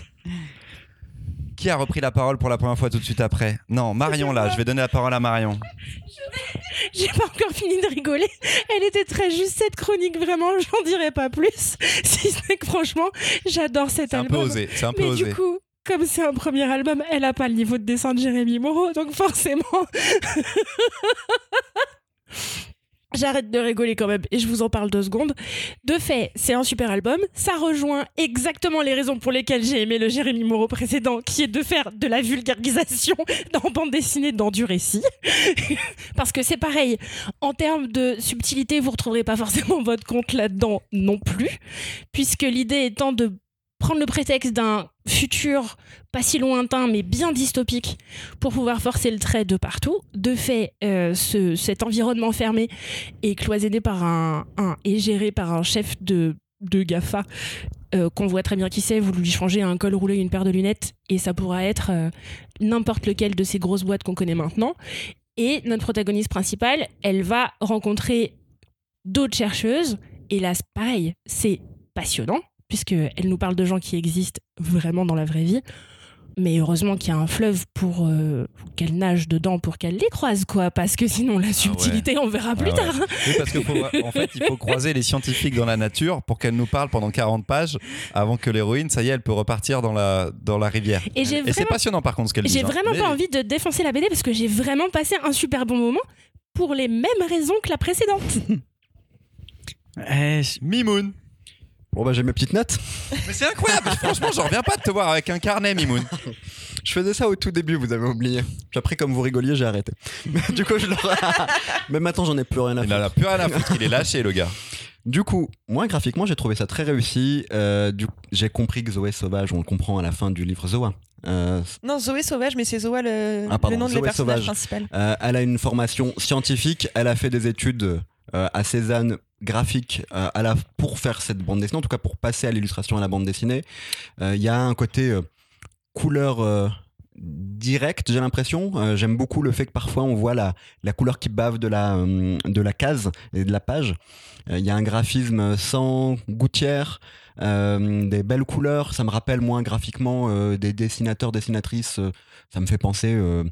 Qui a repris la parole pour la première fois tout de suite après Non, Marion là, je vais donner la parole à Marion. J'ai pas encore fini de rigoler. Elle était très juste cette chronique, vraiment, j'en dirai pas plus. Si ce n'est que franchement, j'adore cet C'est un album. peu osé, c'est un peu Mais osé. du coup, comme c'est un premier album, elle a pas le niveau de dessin de Jérémy Moreau, donc forcément. J'arrête de rigoler quand même et je vous en parle deux secondes. De fait, c'est un super album. Ça rejoint exactement les raisons pour lesquelles j'ai aimé le Jérémy Moreau précédent, qui est de faire de la vulgarisation dans bande dessinée, dans du récit. Parce que c'est pareil, en termes de subtilité, vous retrouverez pas forcément votre compte là-dedans non plus, puisque l'idée étant de prendre le prétexte d'un futur pas si lointain mais bien dystopique pour pouvoir forcer le trait de partout. De fait, euh, ce- cet environnement fermé est cloisonné par un, un- et géré par un chef de, de GAFA euh, qu'on voit très bien qui c'est. Vous lui changez un col roulé, une paire de lunettes et ça pourra être euh, n'importe lequel de ces grosses boîtes qu'on connaît maintenant. Et notre protagoniste principale, elle va rencontrer d'autres chercheuses. Et là, c'est pareil, c'est passionnant puisqu'elle nous parle de gens qui existent vraiment dans la vraie vie. Mais heureusement qu'il y a un fleuve pour euh, qu'elle nage dedans, pour qu'elle les croise, quoi. Parce que sinon, la subtilité, on verra plus ouais. tard. Oui, parce qu'en fait, il faut croiser les scientifiques dans la nature pour qu'elles nous parlent pendant 40 pages avant que l'héroïne, ça y est, elle peut repartir dans la, dans la rivière. Et j'ai Et c'est vraiment, passionnant par contre ce qu'elle dit. hein. j'ai vraiment pas envie de défoncer la BD parce que j'ai vraiment passé un super bon moment pour les mêmes raisons que la précédente. Eh, je- Mimoun Bon, bah, j'ai mes petites notes. Mais c'est incroyable, franchement, j'en reviens pas de te voir avec un carnet, Mimoun. Je faisais ça au tout début, vous avez oublié. Puis après, comme vous rigoliez, j'ai arrêté. Mais du coup, je leur. Mais maintenant, j'en ai plus rien à Il faire. en a plus rien à foutre, il est lâché, le gars. Du coup, moi graphiquement, j'ai trouvé ça très réussi. Euh, du- j'ai compris que Zoé Sauvage, on le comprend à la fin du livre Zoa. Euh, non, Zoé Sauvage, mais c'est Zoa le, Ah, pardon, le nom de Zoé la personnage Sauvage. principale. euh, elle a une formation scientifique, elle a fait des études euh, à Cézanne graphique euh, à la, pour faire cette bande dessinée, en tout cas pour passer à l'illustration à la bande dessinée. Euh, Il y a un côté euh, couleur euh, directe, j'ai l'impression. Euh, J'aime beaucoup le fait que parfois on voit la, la couleur qui bave de la, hum, de la case et de la page. Euh, Il y a un graphisme sans gouttière, euh, des belles couleurs. Ça me rappelle, moi, graphiquement, euh, des dessinateurs, dessinatrices. euh, ça me fait penser euh,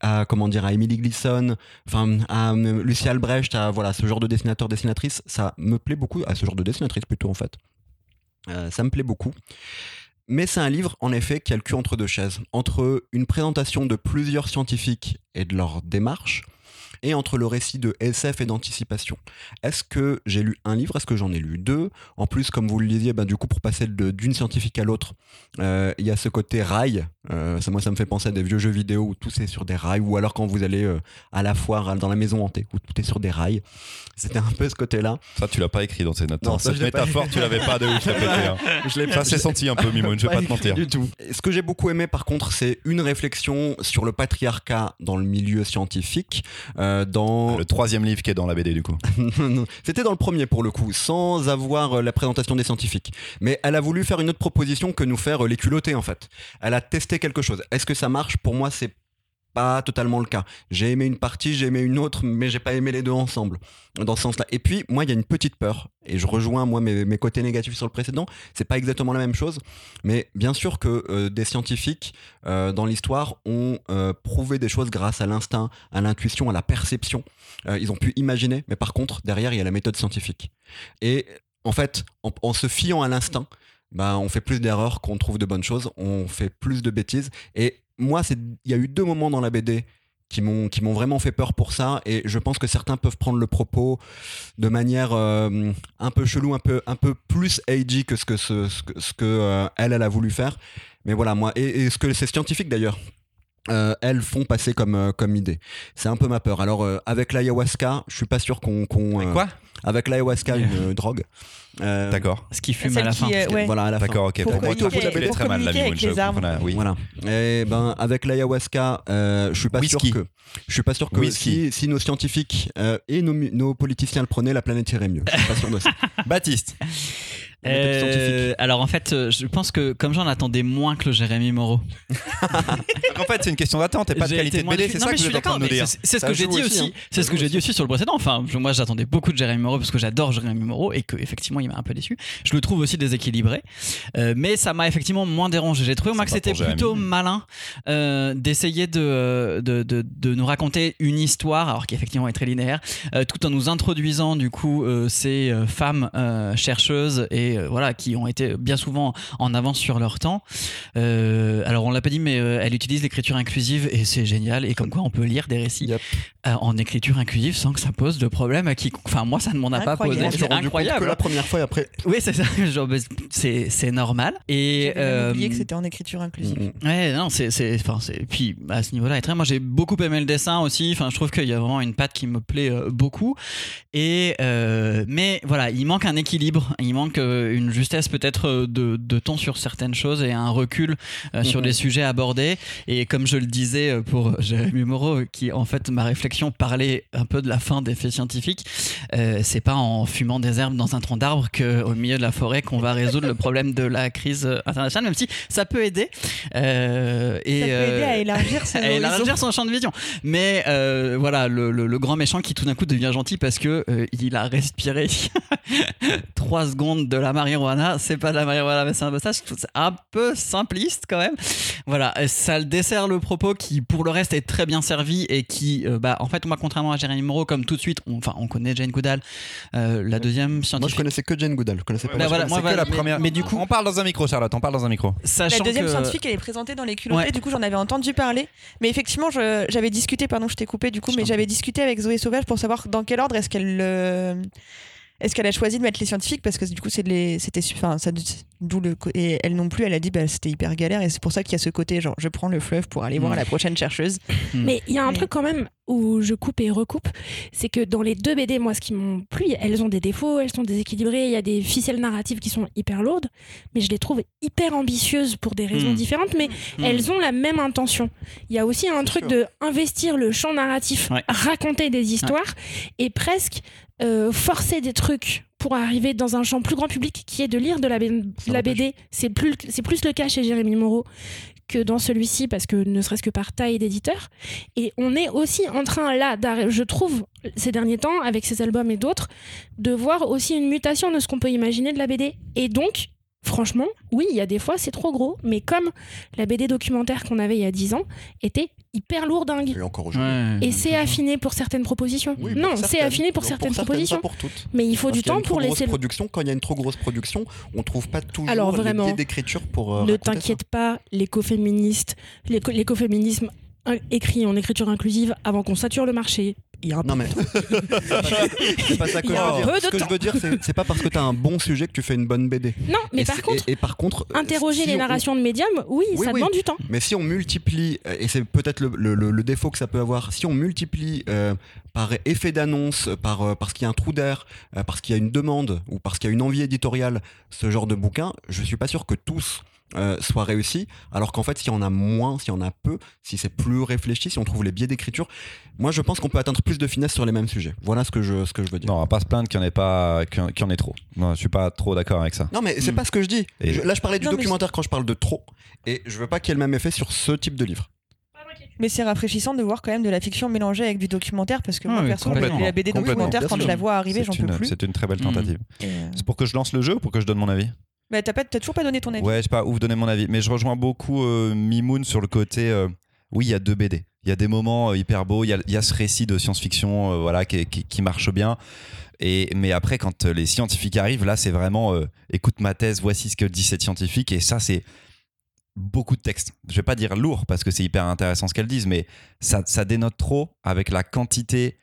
à, à, comment dire, à Emily Gleason, enfin, à euh, Lucie Albrecht, à voilà, ce genre de dessinateur, dessinatrice. Ça me plaît beaucoup, à ce genre de dessinatrice plutôt, en fait. Euh, ça me plaît beaucoup. Mais c'est un livre, en effet, qui a le cul entre deux chaises. Entre une présentation de plusieurs scientifiques et de leur démarche, et entre le récit de SF et d'anticipation. Est-ce que j'ai lu un livre Est-ce que j'en ai lu deux En plus, comme vous le disiez, ben, du coup, pour passer de- d'une scientifique à l'autre, euh, il y a ce côté rail. Euh, ça, moi, ça me fait penser à des vieux jeux vidéo où tout est sur des rails, ou alors quand vous allez euh, à la foire, dans la maison hantée, où tout est sur des rails. C'était un peu ce côté-là. Ça, tu l'as pas écrit dans tes notes. Non, hein. ça, Cette je l'ai pas métaphore, tu l'avais pas de ouf, ça pétait, hein. Je l'ai Ça, c'est senti un peu, Mimoun, je vais pas te mentir. du tout. Ce que j'ai beaucoup aimé, par contre, c'est une réflexion sur le patriarcat dans le milieu scientifique. euh, dans... Ah, Le troisième livre qui est dans la BD, du coup. Non, C'était dans le premier pour le coup, sans avoir euh, la présentation des scientifiques. Mais elle a voulu faire une autre proposition que nous faire euh, les culottés en fait. Elle a testé quelque chose. Est-ce que ça marche Pour moi, c'est pas totalement le cas. J'ai aimé une partie, j'ai aimé une autre, mais j'ai pas aimé les deux ensemble dans ce sens-là. Et puis, moi, il y a une petite peur, et je rejoins moi mes, mes côtés négatifs sur le précédent. C'est pas exactement la même chose, mais bien sûr que euh, des scientifiques euh, dans l'histoire ont euh, prouvé des choses grâce à l'instinct, à l'intuition, à la perception. Euh, ils ont pu imaginer, mais par contre, derrière, il y a la méthode scientifique. Et en fait, en, en se fiant à l'instinct, bah, on fait plus d'erreurs qu'on trouve de bonnes choses, on fait plus de bêtises. Et moi, c'est- il y a eu deux moments dans la BD qui m'ont qui m'ont vraiment fait peur pour ça et je pense que certains peuvent prendre le propos de manière euh, un peu chelou un peu un peu plus edgy que ce que ce, ce que, ce que, euh, elle elle a voulu faire mais voilà moi et, et ce que ces scientifiques d'ailleurs euh, elles font passer comme euh, comme idée c'est un peu ma peur alors euh, avec l'ayahuasca je suis pas sûr qu'on qu'on, euh, Quoi avec l'ayahuasca une euh, drogue euh, D'accord. Ce qui fume à Celle la fin. qui, euh, ouais. voilà à la fin D'accord, ok. Pour Pour moi, tu as communiquer- calculé pour très mal la communiquer Mimoun, je avec les armes. comprenais, Oui. Voilà. Et ben avec l'ayahuasca, euh, je suis pas Whisky. sûr que je suis pas sûr que Whisky. si, si nos scientifiques euh, et nos, mu- nos politiciens le prenaient, la planète irait mieux. Je suis pas sûr de ça. Baptiste. La méthode scientifique. Euh, alors en fait, euh, je pense que comme j'en attendais moins que le Jérémy Moreau. Donc, en fait, c'est une question d'attente et pas de J'ai qualité été de moins BD, c'est déçu. Non, ça mais que je vous suis êtes en train d'accord, de nous mais dire. c'est- C'est ce Ça que j'ai joue dit aussi, aussi. hein. C'est ce Ça que joue j'ai dit aussi. aussi sur le précédent. Enfin, je- moi, j'attendais beaucoup de Jérémy Moreau parce que j'adore Jérémy Moreau et que effectivement, il m'a un peu déçu. Je le trouve aussi déséquilibré, Euh, mais ça m'a effectivement moins dérangé. J'ai trouvé moi C'est que pas c'était pour Jérémy. plutôt malin euh, d'essayer de, euh, de, de- de nous raconter une histoire, alors qui effectivement est très linéaire, euh, tout en nous introduisant du coup euh, ces euh, femmes euh, chercheuses et euh, voilà qui ont été bien souvent en avance sur leur temps. Euh, alors on l'a pas dit, mais euh, elle utilise l'écriture inclusive et c'est génial. Et comme quoi on peut lire des récits Yep. euh, en écriture inclusive sans que ça pose de problème à quiconque. Enfin moi ça ne m'en a pas Incroyable. posé. Je me suis C'est rendu compte que incroyable. hein. la première fois et après. Oui c'est ça. Genre, bah, c'est c'est normal. Et J'avais même euh, oublié que c'était en écriture inclusive. Ouais, non, c'est, c'est, enfin, c'est, puis à ce niveau-là, est très. Moi, j'ai beaucoup aimé le dessin aussi. Enfin, je trouve qu'il y a vraiment une patte qui me plaît euh, beaucoup. Et euh, mais voilà, il manque un équilibre, il manque euh, une justesse peut-être euh, de, de ton sur certaines choses et un recul euh, sur Mhm. des sujets abordés. Et comme je le disais euh, pour Jérémy Moreau, qui en fait ma réflexion parlait un peu de la fin des faits scientifiques. euh, c'est pas en fumant des herbes dans un tronc d'arbre que au milieu de la forêt qu'on va résoudre le problème de la crise euh, internationale, même si ça peut aider. Euh, et Ça peut aider euh, à élargir son à élargir horizon. son champ de vision. Mais euh, voilà, le, le- le grand méchant qui tout d'un coup devient gentil parce que euh, il a respiré 3 secondes de la marijuana. C'est pas de la marijuana, mais c'est un passage tout- c'est un peu simpliste quand même. Voilà, euh, ça le dessert le propos qui, pour le reste, est très bien servi et qui, euh, bah, en fait, moi, contrairement à Jérémy Moreau, comme tout de suite, on, enfin, on connaît Jane Goodall, euh, la deuxième Moi, je scientifique. connaissais que Jane Goodall. Je connaissais pas. Bah, voilà, c'est moi, que voilà, la mais- première. mais du coup- on parle dans un micro, Charlotte. On parle dans un micro. Sachant La deuxième que- scientifique, elle est présentée dans les culottés. Ouais. Du coup, j'en avais entendu parler. Mais effectivement, je- j'avais discuté, pardon, je t'ai coupé du coup, Je mais t'en j'avais discuté avec Zoé Sauvage pour savoir dans quel ordre est-ce qu'elle. euh, Est-ce qu'elle a choisi de mettre les scientifiques parce que du coup c'est de les- c'était su- enfin ça d'où le co- et elle non plus elle a dit bah c'était hyper galère et c'est pour ça qu'il y a ce côté genre je prends le fleuve pour aller voir Mm. la prochaine chercheuse Mais il y a un Mais- truc quand même où je coupe et recoupe, c'est que dans les deux BD, moi, ce qui m'ont plu, elles ont des défauts, elles sont déséquilibrées, il y a des ficelles narratives qui sont hyper lourdes, mais je les trouve hyper ambitieuses pour des raisons Hmm. différentes, mais Hmm. elles ont la même intention. Il y a aussi un Mm. C'est truc sûr. de investir le champ narratif, Ouais. raconter des histoires et presque euh, forcer des trucs pour arriver dans un champ plus grand public qui est de lire de la, B- de la n'empêche. BD. C'est plus, c'est plus le cas chez Jérémy Moreau que dans celui-ci parce que ne serait-ce que par taille d'éditeur. Et on est aussi en train là, d'arri- je trouve, ces derniers temps, avec ses albums et d'autres, de voir aussi une mutation de ce qu'on peut imaginer de la BD. Et donc, Franchement, oui, il y a des fois, c'est trop gros, mais comme la BD documentaire qu'on avait il y a 10 ans était hyper lourdingue. Et encore aujourd'hui. Ouais. Et c'est affiné pour certaines propositions. Oui, pour Bah non, c'est certaines. affiné pour Non, certaines pas propositions. pour toutes. Mais il faut Parce du qu'il y a temps une trop pour grosse laisser. le- production. Quand il y a une trop grosse production, on trouve pas toujours Alors, les vraiment, biais d'écriture pour. euh, Ne raconter ça. t'inquiète pas, l'écoféministe, l'éco- l'écoféminisme in- écrit en écriture inclusive avant qu'on sature le marché. Il y a un Non mais c'est pas ça que Ah, Il y je a veux un dire. Ce peu de que je temps. veux dire, c'est c'est pas parce que t'as un bon sujet que tu fais une bonne BD. Non, mais Et par c'est- contre, et, et par contre, euh, interroger si les on- narrations de médiums, oui, Oui, ça oui. demande du temps. Mais si on multiplie, euh, et c'est peut-être le, le- le- le défaut que ça peut avoir, si on multiplie euh, par effet d'annonce, par, euh, parce qu'il y a un trou d'air, euh, parce qu'il y a une demande ou parce qu'il y a une envie éditoriale, ce genre de bouquin, je suis pas sûr que tous euh, soient réussis. Alors qu'en fait, s'il y en a moins, s'il y en a peu, si c'est plus réfléchi, si on trouve les biais d'écriture, moi je pense qu'on peut atteindre plus de finesse sur les mêmes sujets. Voilà ce que je, ce que je veux dire. Non, on va pas se plaindre qu'il y en ait pas, qu'il y en- qu'il y en ait trop. Non, je suis pas trop d'accord avec ça. Non, mais c'est Hmm. pas ce que je dis. Et- Je- là, je parlais du Non, mais documentaire quand je parle de trop, et je veux pas qu'il y ait le même effet sur ce type de livre. Mais c'est rafraîchissant de voir quand même de la fiction mélangée avec du documentaire parce que Ah moi, oui, perso, complètement. la BD Complètement, documentaire, bien quand sûr. je la vois arriver, C'est j'en une- peux plus. C'est une très belle tentative. Et, euh, C'est pour que je lance le jeu ou pour que je donne mon Euh, avis Bah, t'as pas- t'as toujours pas donné ton avis. Ouais, je sais pas, ouf, donner mon avis. Mais je rejoins beaucoup euh, Mimoun sur le côté. euh, oui, il y a deux BD. Il y a des moments euh, hyper beaux. Il y a, il y a ce récit de science-fiction euh, voilà, qui, qui- qui marche bien. Et, mais après, quand euh, les scientifiques arrivent, là, c'est vraiment euh, écoute ma thèse, voici ce que disent ces scientifiques. Et ça, c'est beaucoup de textes. Je vais pas dire lourd parce que c'est hyper intéressant ce qu'elles disent, mais ça, ça dénote trop avec la quantité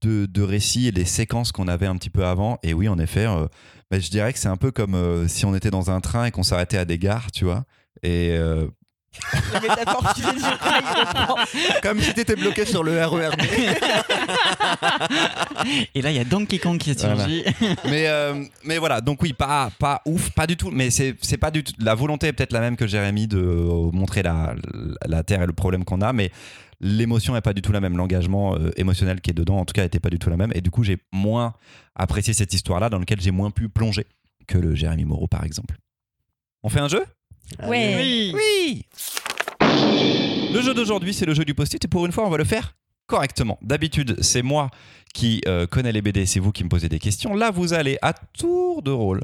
de, de récits et des séquences qu'on avait un petit peu avant. Et oui, en effet, euh, bah, je dirais que c'est un peu comme euh, si on était dans un train et qu'on s'arrêtait à des gares, tu vois. Et euh, La métaphore qui vient du rail, je prends. Comme si t'étais bloqué sur le E RERB. Et là, il y a Donkey Kong qui est Voilà. surgi. mais euh, mais voilà, donc oui, pas pas ouf, pas du tout. Mais c'est c'est pas du tout. La volonté est peut-être la même que Jérémy de euh, montrer la la terre et le problème qu'on a, mais l'émotion est pas du tout la même. L'engagement euh, émotionnel qui est dedans, en tout cas, était pas du tout la même. Et du coup, j'ai moins apprécié cette histoire-là, dans laquelle j'ai moins pu plonger que le Jérémy Moreau, par exemple. On fait un jeu Ouais. Oui. Oui Le jeu d'aujourd'hui, c'est le jeu du post-it, et pour une fois, on va le faire correctement. D'habitude, c'est moi qui euh, connais les BD, c'est vous qui me posez des questions. Là, vous allez à tour de rôle.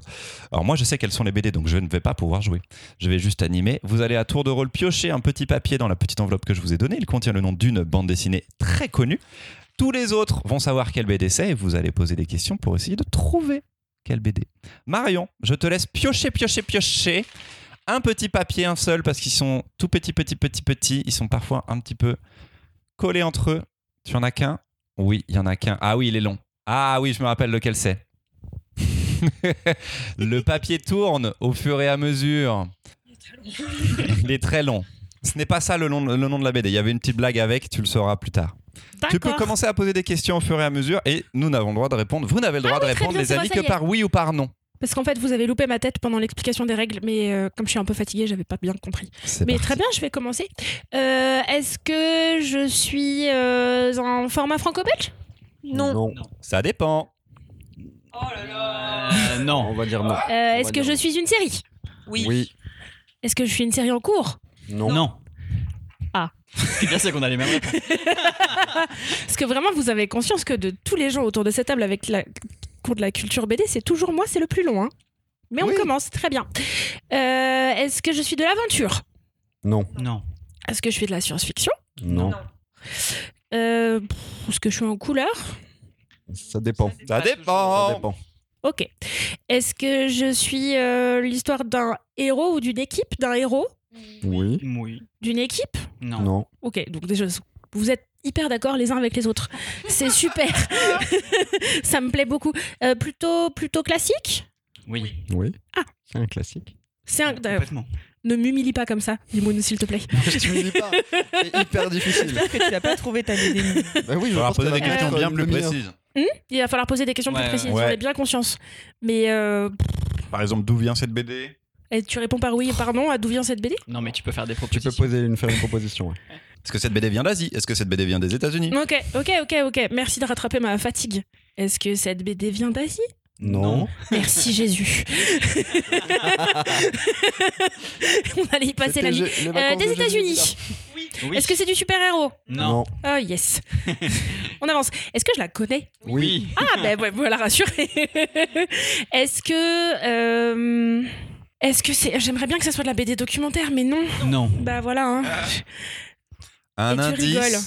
Alors moi, je sais quelles sont les BD, donc je ne vais pas pouvoir jouer. Je vais juste animer. Vous allez à tour de rôle piocher un petit papier dans la petite enveloppe que je vous ai donnée. Il contient le nom d'une bande dessinée très connue. Tous les autres vont savoir quelle BD c'est et vous allez poser des questions pour essayer de trouver quelle BD. Marion, je te laisse piocher, piocher, piocher un petit papier, un seul, parce qu'ils sont tout petits, petits, petits, petits. Ils sont parfois un petit peu collés entre eux. Tu en as qu'un Oui, il y en a qu'un. Ah oui, il est long. Ah oui, je me rappelle lequel c'est. le papier tourne au fur et à mesure. Il est très long. Ce n'est pas ça le nom, le nom de la BD. Il y avait une petite blague avec, tu le sauras plus tard. Tu peux D'accord. commencer à poser des questions au fur et à mesure et nous n'avons le droit de répondre. Vous n'avez le droit de Ah oui, très répondre, bien, les c'est amis, vrai, que ça y est. par oui ou par non. Parce qu'en fait, vous avez loupé ma tête pendant l'explication des règles, mais euh, comme je suis un peu fatiguée, j'avais pas bien compris. C'est Mais parti. très bien, je vais commencer. Euh, Est-ce que je suis euh, en format franco-belge Non. Ça dépend. Euh, non. On va dire non. Euh, Est-ce que je suis une série Oui. Est-ce que je suis une série en cours Non. Non. Ah. Ce qui est bien, c'est qu'on a les mêmes réponses. Parce que vraiment, vous avez conscience que de tous les gens autour de cette table avec la cours de la culture BD, c'est toujours moi, c'est le plus long. hein. Mais on Oui. commence, très bien. Euh, Est-ce que je suis de l'aventure Non. Non. Est-ce que je fais de la science-fiction Non. Euh, pff, Est-ce que je suis en couleur Ça dépend. Ça dépend. Ça dépend. Ok. Est-ce que je suis euh, l'histoire d'un héros ou d'une équipe D'un héros Oui. Oui. D'une équipe Non. Non. Ok, donc déjà, vous êtes hyper d'accord les uns avec les autres. C'est super. Ça me plaît beaucoup. Euh, plutôt, plutôt classique Oui. Oui. Ah. C'est un classique. C'est un... d'ailleurs, Complètement. Ne m'humilie pas comme ça, Limoun, s'il te plaît. tu me dis pas. C'est hyper difficile. J'espère que tu n'as pas trouvé ta BD. Bah oui, Il je faudra pense poser qu'on a des questions peut-être bien une plus demi-heure. précises. Il va falloir poser des questions Ouais, plus précises, ouais. j'en ai bien conscience. Mais euh, Par exemple, d'où vient cette BD et tu réponds par oui et par non à d'où vient cette BD Non, mais tu peux faire des Tu peux propositions. poser une, faire une proposition. ouais. Est-ce que cette BD vient d'Asie Est-ce que cette BD vient des États-Unis Ok, ok, ok, ok. Merci de rattraper ma fatigue. Est-ce que cette BD vient d'Asie Non. Merci Jésus. On allait y passer la C'était nuit. Gé- les Euh, vacances des de Jésus États-Unis. Oui. Est-ce que c'est du super-héros Non. Non. Oh yes. On avance. Est-ce que je la connais Oui. Ah ben ouais, vous la rassurez. Est-ce que euh, Est-ce que c'est. J'aimerais bien que ça soit de la BD documentaire, mais non. Non. Bah voilà. hein. Un tu indice. rigoles.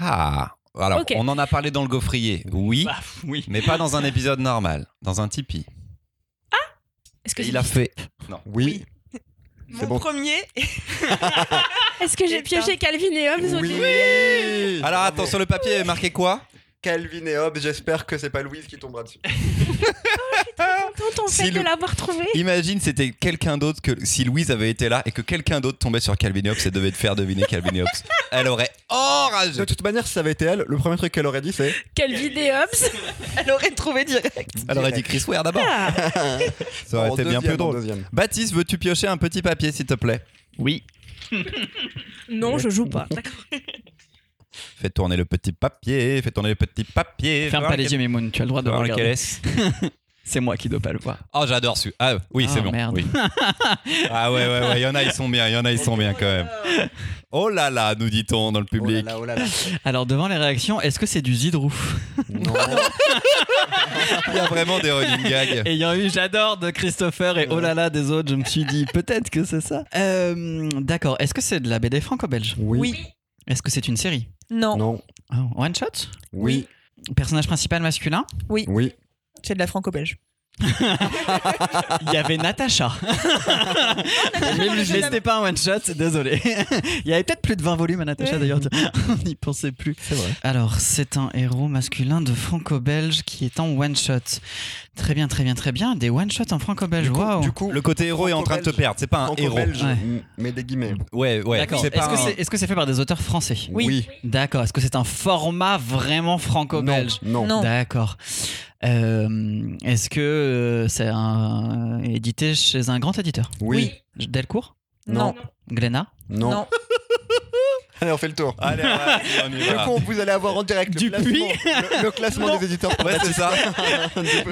Ah. Alors, Ok. on en a parlé dans le gaufrier, oui, Bah, oui. mais pas dans un épisode normal, dans un Tipeee. Est-ce que Et j'ai- il a fait. Oui. C'est Mon bon. premier. Est-ce que j'ai Putain. pioché Calvin et Hobbes au début Ah, Alors, attends, sur le papier, il est marqué quoi Calvin et Hobbes, j'espère que c'est pas Louise qui tombera dessus. Contente en Si fait le- de l'avoir trouvé. Imagine, c'était quelqu'un d'autre que si Louise avait été là et que quelqu'un d'autre tombait sur Calvin et Hobbes et devait te faire deviner Calvin et Hobbes. Elle aurait De enragé. toute manière, si ça avait été elle, le premier truc qu'elle aurait dit, c'est. Calvin et Hobbes. Elle aurait trouvé direct. Elle aurait dit Chris Ware d'abord. Ah. Ça aurait En été bien deuxième, plus en drôle. deuxième. Baptiste, veux-tu piocher un petit papier, s'il te plaît Oui. Non, je joue pas. Fais tourner le petit papier, fais tourner le petit papier. Ferme Voir pas les yeux, lequel- Mimoun, tu as le droit de voir lequel regarder. est-ce. C'est moi qui dois pas le voir. Oh, j'adore celui. Ah oui, Ah, c'est bon. merde. oui. Ah ouais, ouais, ouais. Il y en a, ils sont bien. Il y en a, ils sont bien quand même. Oh là là, nous dit-on dans le Oh là public. là, oh là là. Alors, devant les réactions, est-ce que c'est du Zidrouf Non. Il y a vraiment des running gags. Ayant eu J'adore de Christopher et Oh là là des autres, je me suis dit peut-être que c'est ça. Euh, D'accord. Est-ce que c'est de la BD franco-belge Oui. Est-ce que c'est une série Non, Non. Ah, One shot Oui. Personnage principal masculin Oui. c'est de la franco-belge. Il y avait Natacha. Mais c'était pas un one shot, désolé. Il y avait peut-être plus de 20 volumes à Natacha Ouais. d'ailleurs. On n'y pensait plus. C'est vrai. Alors, c'est un héros masculin de franco-belge qui est en one shot. Très bien, très bien, très bien. Des one shot en franco-belge. Du coup- Waouh. du coup, Le côté héros est en train de te franco-belge. perdre. C'est pas un héros. Franco-belge, Ouais. m- mais des guillemets. Ouais, ouais. D'accord. C'est Est-ce pas que un- c'est est-ce que c'est fait par des auteurs français Oui. D'accord. Est-ce que c'est un format vraiment franco-belge Non. Non. D'accord. Euh, Est-ce que euh, c'est un- édité chez un grand éditeur Oui. Delcourt Non. Glénat Non. Non. Allez, on fait le tour. Ah. Allez, vas-y, on y Du va. coup, vous allez avoir en direct le Dupuis. classement, le, le classement Non. des éditeurs. Ouais, c'est ça.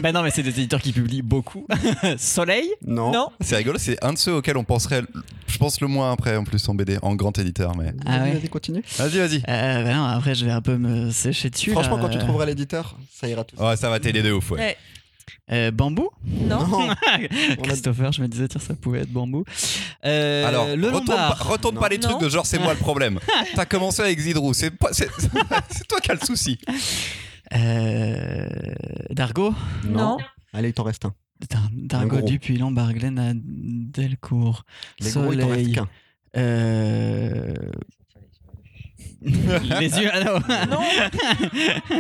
Bah non, mais c'est des éditeurs qui publient beaucoup. Soleil Non. Non. C'est rigolo, c'est un de ceux auxquels on penserait, je pense, le moins après, en plus, en BD, en grand éditeur. Mais Ah ouais. Vas-y, continue. Vas-y, vas-y. euh, bah non, après je vais un peu me sécher dessus. là. Franchement, quand tu trouveras l'éditeur, ça ira tout. Ouais, ça va t'aider de ouf, ouais. Ouais. Euh, bambou Non. Christopher, je me disais, tiens, ça pouvait être bambou. Euh, Alors, le retourne, pas, Lombard. retourne Non. pas les Non. trucs de genre c'est moi le problème. T'as commencé avec Zidrou, c'est pas- c'est- c'est toi qui as le souci. Euh, Dargo Non. Allez, il t'en reste un. Dar- Dargo Un gros. Dupuis, Lombard, Glénat, Delcourt, Les gros, il t'en reste Soleil. qu'un. Euh... Les yeux, ah non. Non.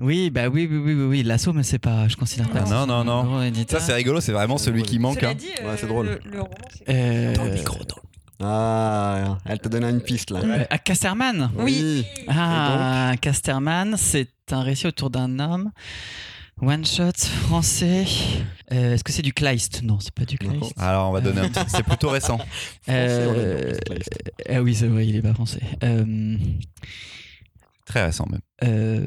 Oui, bah oui, oui, oui, oui, oui. l'assaut, mais c'est pas, je considère pas. Ah, non, non, non. Gros éditeur. Ça, c'est rigolo, c'est vraiment celui qui manque. Cela Hein. dit, euh, Ouais, c'est drôle. Le, le roman, c'est- Euh, Ah, elle te donne une piste là. euh, à Casterman. Oui. Ah, Casterman, c'est un récit autour d'un homme. One shot français. Euh, Est-ce que c'est du Kleist Non, c'est pas du Non. Ah, Kleist. Alors, on va donner un petit. C'est plutôt récent. Français, on l'a dit en Euh, plus, la liste. Ah oui, c'est vrai, il est pas français. Euh, Très récent, même. euh,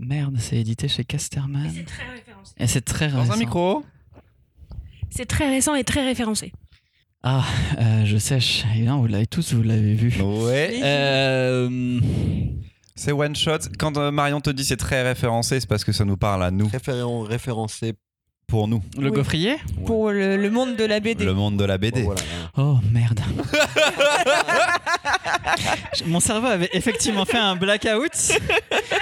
merde, c'est édité chez Casterman. très référencé. Et c'est très récent. micro C'est très récent et très référencé. Ah, euh, je sèche. Et non, vous l'avez tous, vous l'avez vu. Ouais. Euh, C'est one shot. Quand euh, Marion te dit c'est très référencé, c'est parce que ça nous parle à nous, Référent, référencé. pour nous, le Oui. gaufrier Pour le, le monde de la BD. le monde de la Oh, BD. voilà, là. Oh merde. Mon cerveau avait effectivement fait un blackout.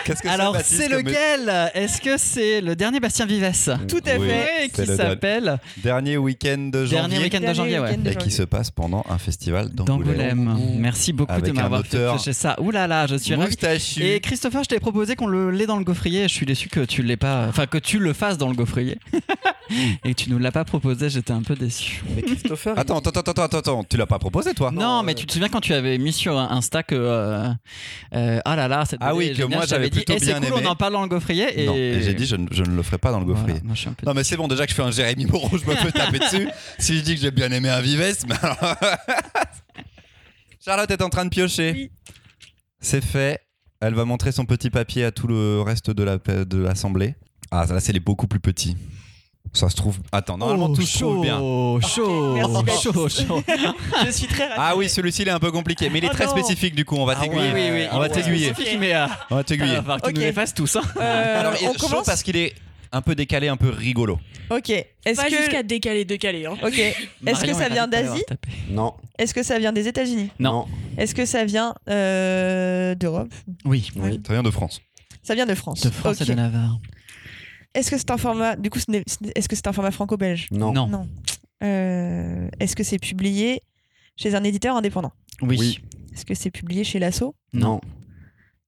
Qu'est-ce que Alors Baptiste, c'est comme- lequel Est-ce que c'est le dernier Bastien Vivès Tout à Oui. fait. Ouais, c'est Qui le s'appelle Dernier week-end de janvier. Dernier week-end de Dernier janvier, ouais. week-end de Et qui se passe pendant un festival d'Angoulême. D'Angoulême. Ouh. Merci beaucoup Avec de un m'avoir fait auteur piocher ça. Ouh là là, je suis ravi. Moustachu. Et Christopher, je t'ai proposé qu'on le l'ait dans le gaufrier. Je suis déçu que tu l'aies pas, enfin que tu le fasses dans le gaufrier et que tu nous l'as pas proposé. J'étais un peu déçu. Mais Christopher. Attends, attends, attends, attends, attends, tu l'as pas proposé toi Non, Non, mais euh, tu te souviens quand tu avais mis sur Insta que euh, euh, ah là là cette Ah BD oui, est que géniale. moi, Je t'avais j'avais dit, plutôt eh, c'est bien cool, aimé. on en parle dans le gaufrier et, Non, et j'ai dit je, ne- je ne le ferai pas dans le gaufrier. Voilà, moi, je suis un peu- Non mais c'est bon déjà que je fais un Jérémy Moreau, je me peux taper dessus. Si je dis que j'ai bien aimé un Vivès, mais alors... Charlotte est en train de piocher. Oui. C'est fait. Elle va montrer son petit papier à tout le reste de la de l'assemblée. Ah là c'est les beaucoup plus petits. Ça se trouve. Attends normalement Oh, tout se trouve chaud, bien. chaud, Merci, Ah Baptiste. chaud, chaud. Je suis très rapide. Ah oui celui-ci il est un peu compliqué, mais il est Oh très non. spécifique du coup on va Ah t'aiguiller. oui, oui, oui. On va Ouais. t'aiguiller. Il suffit qu'il m'ait, euh, On va t'aiguiller. ah, va falloir qu'il Ok. nous les fasse tous. hein. Euh, Alors il on est chaud commence parce qu'il est un peu décalé, un peu rigolo. Ok. Est-ce Pas que... jusqu'à décaler, décaler. hein. Ok. Est-ce que Marion ça vient est ravie de t'avoir d'Asie tapé. Non. Est-ce que ça vient des États-Unis Non. Est-ce que ça vient euh, d'Europe Oui. Oui. Ça vient de France. Ça vient de France. De France Ok. et de Navarre. Est-ce que c'est un format du coup ce n'est- ce n'est- est-ce que c'est un format franco-belge Non. Non. Non. Euh, est-ce que c'est publié chez un éditeur indépendant Oui. Oui. Est-ce que c'est publié chez Lasso Non.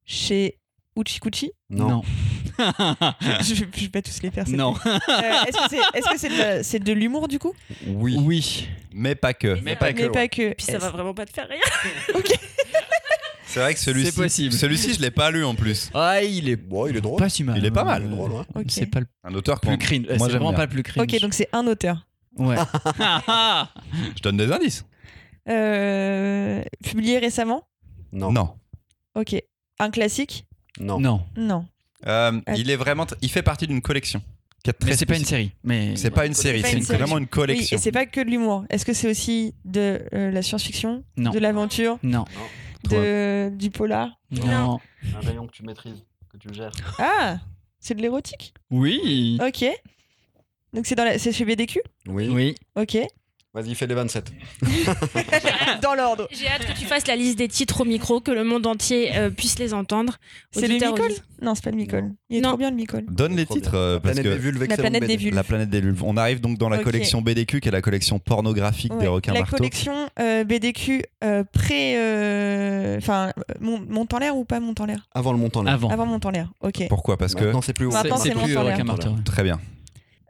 Chez Uchikuchi Non. je, vais- je vais pas tous les faire. c'est Ah. Non. pas- Euh, est-ce que c'est est-ce que c'est de, c'est de l'humour du coup Oui. Oui. Mais pas que. Mais pas Mais pas que. Puis ça va vraiment pas te faire rire. C'est vrai que celui-ci. C'est possible. Celui-ci, je l'ai pas lu en plus. Ah, il est Bon, il est drôle. pas si mal. Il est pas mal. Euh, Drôle, ouais. Ok. C'est pas le Un auteur qu'on. plus cringe. Moi, c'est j'aime vraiment bien. pas le plus cringe. Ok donc c'est un auteur. Ouais. Je donne des indices. Euh, publié récemment Non. Non. Ok. Un classique Non. non. Non. Euh, il est vraiment. Il fait partie d'une collection. qui est très Mais c'est pas une spécifique. série. Mais C'est pas une série. pas C'est une une- série. vraiment une Oui, collection. et c'est pas que de l'humour. Est-ce que c'est aussi de euh, la science-fiction, Non. de l'aventure, Non. de, du polar Non. Un rayon que tu maîtrises, que tu gères. Ah, c'est de l'érotique. Oui. Ok. Donc c'est dans la- c'est chez BDQ. Oui. Oui. Ok. Vas-y, fais les 27. Dans l'ordre. J'ai hâte que tu fasses la liste des titres au micro, que le monde entier euh, puisse les entendre. C'est le Auditeur, Micole auditrice. Non, c'est pas le Micole. Il est Non. trop bien le Micole. Donne les Trop titres bien. euh, La parce planète des que. vulves, excellente planète des BD. vulves. La planète des vulves. On arrive donc dans la Ok. collection BDQ, qui est la collection pornographique Ouais. des requins La marteaux. collection euh, BDQ euh, pré, euh, enfin mon monte en l'air ou pas monte en l'air Avant le montant là. Avant. Avant monte en l'air. Ok. Pourquoi Parce que. Maintenant, c'est plus haut. Maintenant, c'est c'est plus Montant euh, l'air. qu'un marteau. ouais. Très bien.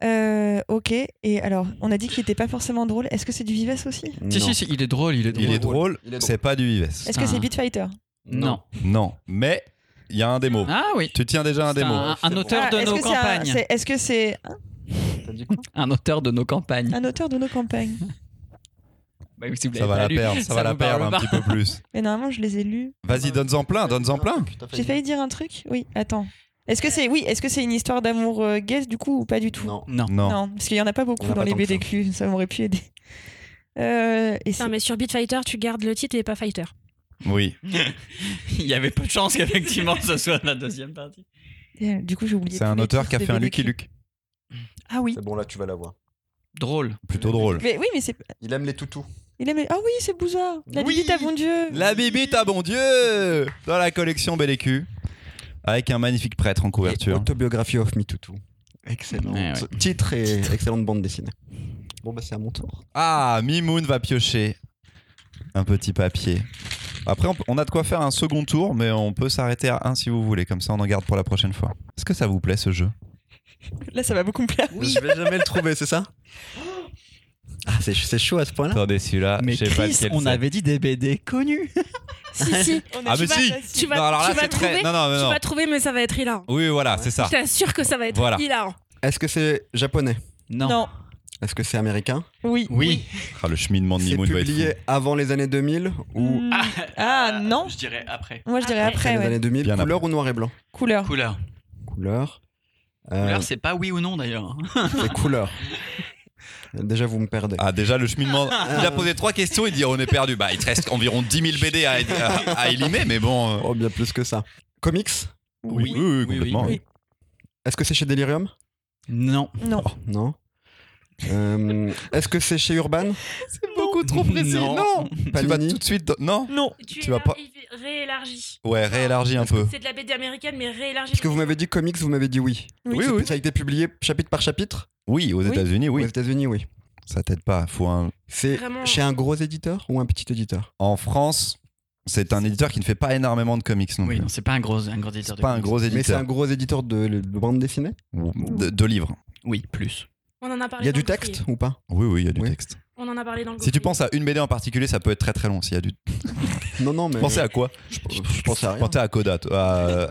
Euh, ok. Et alors, on a dit qu'il était pas forcément drôle. Est-ce que c'est du vivace aussi Si, Non. si, si, il est drôle, il est drôle. Il est drôle. Il est drôle. C'est pas du Vives. Est-ce que Putain. c'est Beat Fighter Non. Non. Mais il y a un démo. Ah oui. Tu tiens déjà un C'est démo. un, C'est un bon. auteur Ah, de est-ce nos que c'est un- campagnes. c'est- Est-ce que c'est T'as dit quoi Un auteur de nos campagnes. un auteur de nos campagnes Bah oui, si vous Ça l'avez va pas la lu, perdre. Ça va la vous parle perdre un pas. petit peu plus. Mais normalement, je les ai lus. Vas-y, donne-en plein. Donne-en plein. J'ai failli dire un truc Oui, attends. Est-ce que c'est oui, est-ce que c'est une histoire d'amour euh, gay du coup ou pas du tout Non. Non. Non. Non, parce qu'il y en a pas Il beaucoup y en a dans pas les tant que ça. BDQ, ça m'aurait pu aider. Euh, et c'est- Non, mais sur Beat Fighter, tu gardes le titre et pas Fighter. Oui. Il y avait peu de chance qu'effectivement ce soit la deuxième partie. euh, du coup, j'ai oublié. C'est tous un les auteur titres qui a des fait un Lucky BDQ. Luke. Ah oui. C'est bon, là, tu vas l'avoir. Drôle. Euh, Plutôt drôle. Mais oui, mais c'est Il aime les toutous. il aime- Ah oui, c'est Bouza. La Oui. bibite à bon Dieu. La bibite à bon Dieu Dans la collection BDQ. Avec un magnifique prêtre en couverture. Autobiographie of Me Toutou. Excellent. Ouais, ouais. Eh Titre et excellente bande dessinée. Bon, bah, c'est à mon tour. Ah, Mimoun va piocher un petit papier. Après, on p- on a de quoi faire un second tour, mais on peut s'arrêter à un si vous voulez. Comme ça, on en garde pour la prochaine fois. Est-ce que ça vous plaît ce jeu Là, ça va beaucoup me plaire. Je vais jamais le trouver, c'est ça Ah, c'est c'est chaud à ce point-là. Attendez, celui-là, Mais je sais pas Chris, lequel on c'est. avait dit des BD connus. Si, si. Ah, mais si Tu vas, Non, alors là, tu vas c'est trouver. très. Non, non, tu non. vas trouver, mais ça va être hilarant. Oui, voilà, c'est ça. Je t'assure que ça va être Voilà. hilarant. Est-ce que c'est japonais Non. Non. Est-ce que c'est américain Oui. Oui. Ah, le cheminement de C'est Mimoun va être. publié fou. avant les années 2000 ou Mm. Ah, non. Euh, Je dirais après. Moi, je dirais après après. les ouais. années 2000 Bien Couleur ou noir et blanc Couleur. Couleur. Couleur. Euh, Couleur, c'est pas oui ou non d'ailleurs. c'est couleur. Déjà, vous me perdez. Ah, déjà, le cheminement. Il a posé trois questions, il dit on est perdu. Bah, il te reste environ 10 000 BD à, à, à élimer, mais bon. euh, Oh, bien plus que ça. Comics Oui, oui, oui, complètement. oui. Est-ce que c'est chez Delirium Non. Non. Non. Euh, Est-ce que c'est chez Urban C'est beaucoup trop précis. Non. Non, Tu vas Panini tout de suite. dans- Non Oh, Non. Tu vas pas- réélargi. Ouais, réélargis un peu. C'est de la BD américaine, mais réélargi. Euh. Parce que vous m'avez dit comics, vous m'avez dit oui. Oui, Donc c'est- oui. Ça a été publié chapitre par chapitre Oui, aux Oui. États-Unis, oui. Aux États-Unis, oui. Ça t'aide pas. Faut un... C'est Vraiment. chez un gros éditeur ou un petit éditeur En France, c'est un éditeur qui ne fait pas énormément de comics non Oui, plus. non, c'est pas un gros, un gros éditeur. C'est de pas un comics. gros Mais c'est éditeur un gros éditeur de, de bande dessinée de, de livres. Oui, plus. On en a Ah, parlé. Il y a dans du le Gaufrier. texte ou pas Oui, oui, il y a du Oui. texte. On en a parlé dans le Si tu Gaufrier. penses à une BD en particulier, ça peut être très très long. S'il y a du... Non, non, mais. Tu pensais à quoi je, je pensais à Je rien. pensais à Coda, toi,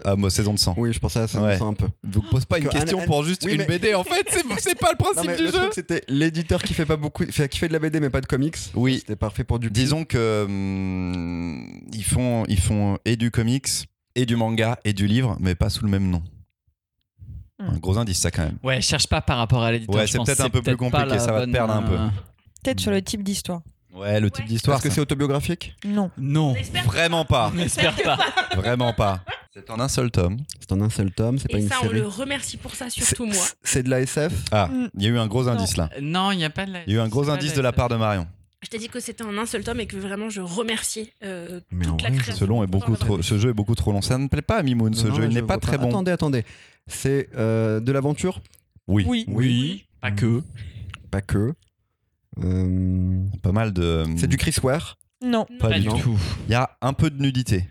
à, à ma saison de sang. Oui, je pensais à ça Ouais. ça un peu. Donc pose pas une Que- question un- pour juste oui, une mais- BD en fait, c'est c'est pas le Non, principe mais du le jeu. truc, c'était l'éditeur qui fait pas beaucoup, enfin, qui fait de la BD mais pas de comics. Oui. C'était parfait pour du. Disons que hum, ils font ils font et du comics et du manga et du livre, mais pas sous le même nom. Hmm. Un gros indice ça quand même. Ouais, cherche pas par rapport à l'éditeur. Ouais, je c'est pense peut-être que un peu plus peut-être pas compliqué, la ça va te bonne, perdre un peu. euh, Peut-être sur le type d'histoire. Ouais, le type Ouais. d'histoire. Est-ce que ça. c'est autobiographique Non. Non. On espère- Vraiment pas, N'espère pas. vraiment pas. C'est en un seul tome. C'est en un seul tome, c'est pas Et une ça, on série. le remercie pour ça, surtout moi. C'est de la SF. Ah, Mm. il y a eu un gros indice là. Non, il n'y a pas de la- Il y a eu un c'est gros pas indice de la part de Marion. Je t'ai dit que c'était en un seul tome et que vraiment je remercie euh, Mais en toute la vrai, Ce, création. long est beaucoup trop, ce jeu est beaucoup trop long. Ça ne plaît pas à Mimoun, ce Non, jeu. mais Il je n'est pas vois très bon. Attendez, attendez. C'est euh, de l'aventure Oui. Oui. Oui, pas que. Pas que. Euh, Pas mal de. C'est du Chris Ware. Non. Non, Pas Pas du du tout. tout. Il y a un peu de nudité.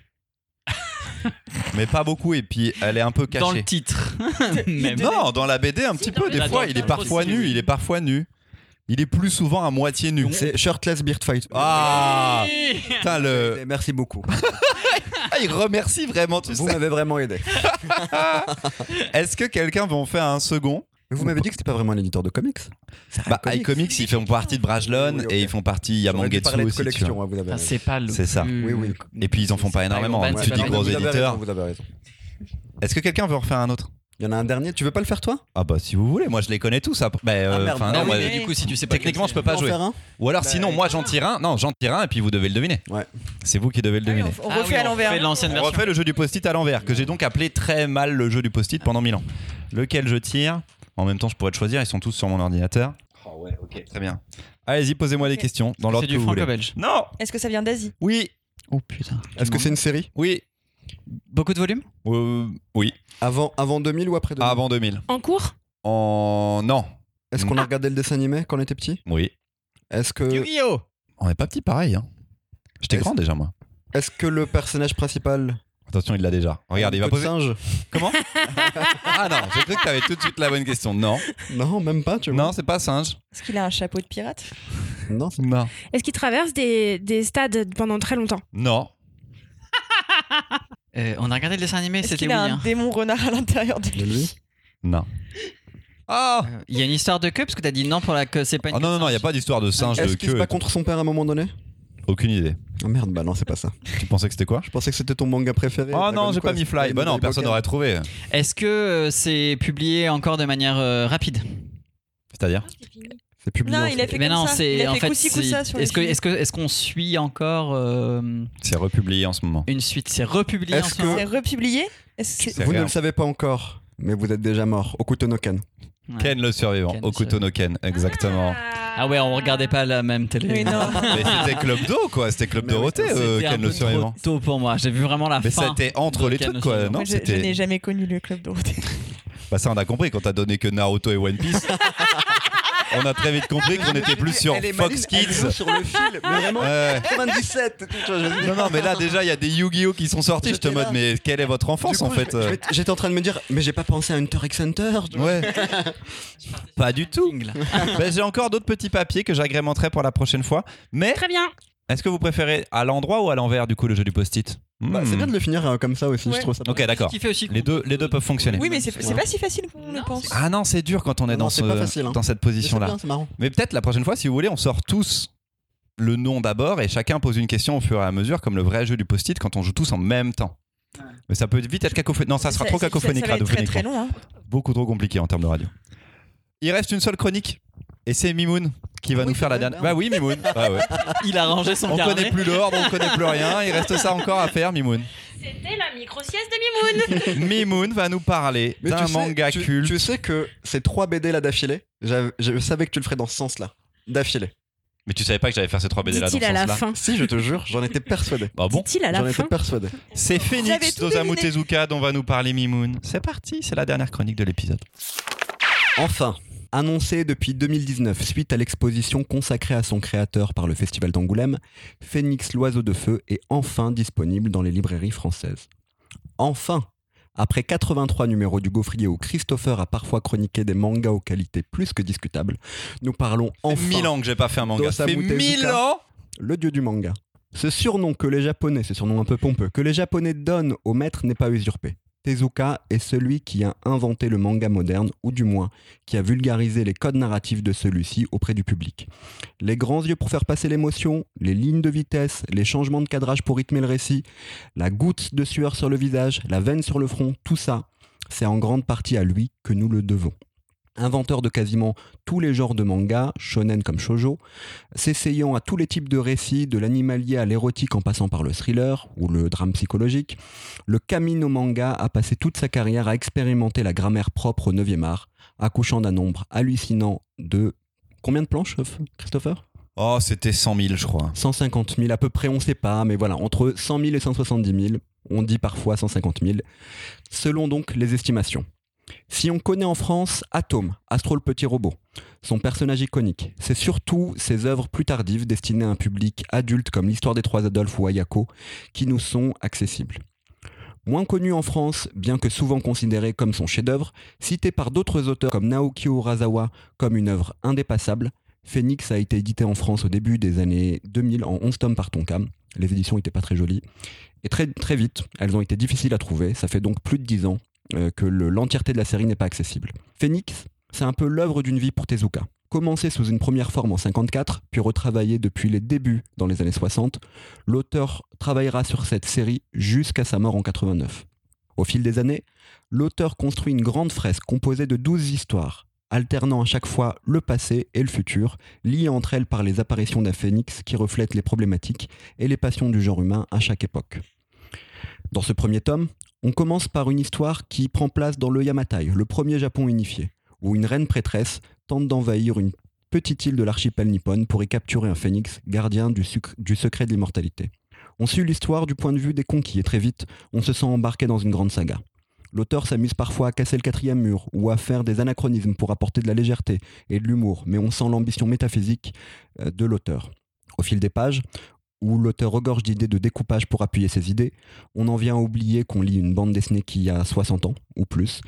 mais pas beaucoup. Et puis, elle est un peu Dans le cachée. titre. Même. non, dans la BD, un Si, petit dans peu. la Des BD, fois, dans il est la parfois BD, nu. oui. Il est parfois nu. Il est plus souvent à moitié nu. C'est Shirtless Beard Fight. Ah Oui. Putain, le. Et Merci beaucoup. Ah, il remercie vraiment, tu Vous sais. m'avez vraiment aidé. Est-ce que quelqu'un va en faire un second Mais Vous m'avez dit que c'était pas vraiment un éditeur de comics. Bah, iComics, ils font partie de Brajlon Oui, ok. et ils font partie. Il y a J'aurais dû Mangetsu parler de aussi. tu vois. collection, hein, vous avez Ah, Enfin, raison. Bah, c'est pas le. C'est ça. Oui, plus- oui. Et puis, ils en font pas C'est énormément, Iron Man, hein. Tu c'est pas dis Iron gros Man. vous avez éditeur. raison, vous avez raison. Est-ce que quelqu'un veut en faire un autre Il y en a un dernier. Tu veux pas le faire toi Ah bah si vous voulez, moi je les connais tous. après. Bah, euh, Ah, merde. enfin, non, Ah moi, mais du coup, si tu sais pas techniquement quel je c'est- peux pas En jouer. faire un Ou alors Bah, sinon moi j'en tire un, non j'en tire un et puis vous devez le deviner. Ouais. C'est vous qui devez le Ah oui, deviner. on, on Ah refait oui, à l'envers. fait l'ancienne On version. refait le jeu du post-it à l'envers, que j'ai donc appelé très mal le jeu du post-it pendant mille ans. Lequel je tire En même temps je pourrais te choisir, ils sont tous sur mon ordinateur. Oh ouais, ok. Très bien. Allez-y, posez-moi des Ok. questions dans l'ordre C'est que du vous voulez. franco-belge. Non Est-ce que ça vient d'Asie Oui Oh putain. Est-ce que c'est une série Oui Beaucoup de volume Euh, Oui. avant, avant 2000 ou après 2000 Avant 2000. En cours En... Non. Mm. Est-ce qu'on a regardé le dessin animé quand on était petit Oui. Euh, Est-ce que, Yu-Gi-Oh On n'est pas petit pareil. Hein. J'étais Est-ce- grand déjà moi. est-ce que le personnage principal. Attention, il l'a déjà. Regarde, il va Peau de poser. singe Comment Ah non, j'ai cru que t'avais tout de suite la bonne question. Non, Non, même pas, tu vois. non, c'est pas singe. Est-ce qu'il a un chapeau de pirate Non. Non. Est-ce qu'il traverse des, des stades pendant très longtemps Non. Euh, On a regardé le dessin animé, Est-ce c'était qu'il oui. a un hein. démon renard à l'intérieur de De lui lui Non. Ah Euh, Il y a une histoire de queue parce que t'as dit non pour la queue, c'est pas une. Ah non, non, non, il n'y a pas d'histoire de singe, de Est-ce qu'il se queue. bat contre son père à un moment donné Aucune idée. Ah merde, bah non, c'est pas ça. Tu pensais que c'était quoi Je pensais que c'était ton manga préféré. Oh Dragon non, j'ai pas Quest. mis Fly. Bah non, personne n'aurait trouvé. Est-ce que euh, c'est publié encore de manière euh, rapide Ah, C'est-à-dire C'est publié. Non, en il a fait. fait Mais comme non, ça. c'est Il a en fait fait. coussi coussa c'est- sur les Est-ce que films. est-ce que est-ce qu'on suit encore euh, C'est republié en ce moment. une suite C'est republié Est-ce en ce que- moment C'est republié Est-ce que- C'est Vous ne rien. le savez pas encore, mais vous êtes déjà mort. Okutonoken. Ouais. Ken le survivant, Ken le Okuto no Ken, exactement. Ah ouais, on regardait pas la même télé. Oui, non. Mais c'était Club Do, quoi. C'était Club Mais oui, Dorothée, C'était euh, un Ken peu le trop survivant. Tôt pour moi, j'ai vu vraiment la Mais fin. ça était entre de les Ken trucs, le quoi. survivant. Non, Moi, je, je c'était. n'ai jamais connu le club Dorothée. Bah ça on a compris quand t'as donné que Naruto et One Piece. on a très vite compris qu'on était plus sur Fox Kids. sur le fil, mais vraiment. Ouais. 97 Non non mais là déjà il y a des Yu-Gi-Oh qui sont sortis. Je te J'étais mode là. mais quelle est votre enfance en fait euh, J'étais en train de me dire, mais j'ai pas pensé à Hunter x Hunter. tu vois. Ouais. Pas du tout. Ting, là. Bah, J'ai encore d'autres petits papiers que j'agrémenterai pour la prochaine fois. Mais Très bien. est-ce que vous préférez à l'endroit ou à l'envers du coup le jeu du post-it Bah, Hmm. C'est bien de le finir euh, comme ça aussi, Ouais. je trouve ça. Ok d'accord. Ce qui fait aussi Les deux les deux peuvent fonctionner. Oui, mais c'est c'est pas si facile qu'on le Non, pense. Ah non c'est dur quand on est Non, dans c'est pas ce- facile, hein. dans cette Mais position C'est là. bien, c'est marrant. Mais peut-être la prochaine fois, si vous voulez, on sort tous le nom d'abord et chacun pose une question au fur et à mesure, comme le vrai jeu du post-it quand on joue tous en même temps. Mais ça peut vite être cacophonique. Non, ça sera trop cacophonique, Ça, va être très radiophonique. très long. hein. Beaucoup trop compliqué en termes de radio. Il reste une seule chronique. Et c'est Mimoun qui va Ah nous oui, faire la quand même, dernière. Bah oui, Mimoun. Ah ouais. Il a rangé son On carnet. connaît plus l'ordre, on connaît plus rien. Il reste ça encore à faire, Mimoun. C'était la micro-sieste de Ah, Mimoun. Mimoun va nous parler Mais d'un tu sais- manga tu, culte. tu sais que ces trois BD là d'affilée, j'avais- je savais que tu le ferais dans ce sens-là. D'affilée. Mais tu savais pas que j'allais faire ces trois BD là dans Dit-il ce à la sens-là. fin. Si, je te jure, j'en étais persuadé. Bah bon. Dit-il à J'en la étais fin. persuadé. C'est J'avais Phoenix tout d'Osamu deviné. Tezuka dont va nous parler Mimoun. C'est parti, c'est la dernière chronique de l'épisode. Enfin, annoncé depuis 2019 suite à l'exposition consacrée à son créateur par le Festival d'Angoulême, Phoenix l'oiseau de feu est enfin disponible dans les librairies françaises. Enfin après 83 numéros du gaufrier où Christopher a parfois chroniqué des mangas aux qualités plus que discutables, nous parlons En enfin 1000 ans que j'ai pas fait un manga. Ça D'Osamu fait 1000 Tezuka. ans le dieu du manga. Ce surnom que les Japonais, ce surnom un peu pompeux, que les Japonais donnent au maître n'est pas usurpé. Tezuka est celui qui a inventé le manga moderne, ou du moins, qui a vulgarisé les codes narratifs de celui-ci auprès du public. Les grands yeux pour faire passer l'émotion, les lignes de vitesse, les changements de cadrage pour rythmer le récit, la goutte de sueur sur le visage, la veine sur le front, tout ça, c'est en grande partie à lui que nous le devons. Inventeur de quasiment tous les genres de mangas, shonen comme shojo, s'essayant à tous les types de récits, de l'animalier à l'érotique en passant par le thriller ou le drame psychologique, le Kamino Manga a passé toute sa carrière à expérimenter la grammaire propre au 9e art, accouchant d'un nombre hallucinant de... Combien de planches, Christopher Oh, c'était 100 000, je crois. 150 000 à peu près, on sait pas, mais voilà, entre 100 000 et 170 000, on dit parfois 150 000, selon donc les estimations. Si on connaît en France Atom, Astro le petit robot, son personnage iconique, c'est surtout ses œuvres plus tardives destinées à un public adulte comme l'histoire des trois Adolphes ou Ayako qui nous sont accessibles. Moins connu en France, bien que souvent considéré comme son chef-d'œuvre, cité par d'autres auteurs comme Naoki Urasawa comme une œuvre indépassable, Phoenix a été édité en France au début des années 2000 en 11 tomes par Tonkam. Les éditions n'étaient pas très jolies. Et très, très vite, elles ont été difficiles à trouver. Ça fait donc plus de 10 ans euh, que le- l'entièreté de la série n'est pas accessible. Phoenix, c'est un peu l'œuvre d'une vie pour Tezuka. Commencé sous une première forme en 54, puis retravaillé depuis les débuts dans les années 60, l'auteur travaillera sur cette série jusqu'à sa mort en 89. Au fil des années, l'auteur construit une grande fresque composée de 12 histoires, alternant à chaque fois le passé et le futur, liées entre elles par les apparitions d'un phénix qui reflètent les problématiques et les passions du genre humain à chaque époque. Dans ce premier tome, on commence par une histoire qui prend place dans le Yamatai, le premier Japon unifié, où une reine prêtresse tente d'envahir une petite île de l'archipel nippon pour y capturer un phénix gardien du, sucre- du secret de l'immortalité. On suit l'histoire du point de vue des conquis et très vite, on se sent embarqué dans une grande saga. L'auteur s'amuse parfois à casser le quatrième mur ou à faire des anachronismes pour apporter de la légèreté et de l'humour, mais on sent l'ambition métaphysique euh, de l'auteur. Au fil des pages, où l'auteur regorge d'idées de découpage pour appuyer ses idées, on en vient à oublier qu'on lit une bande dessinée qui a 60 ans ou plus.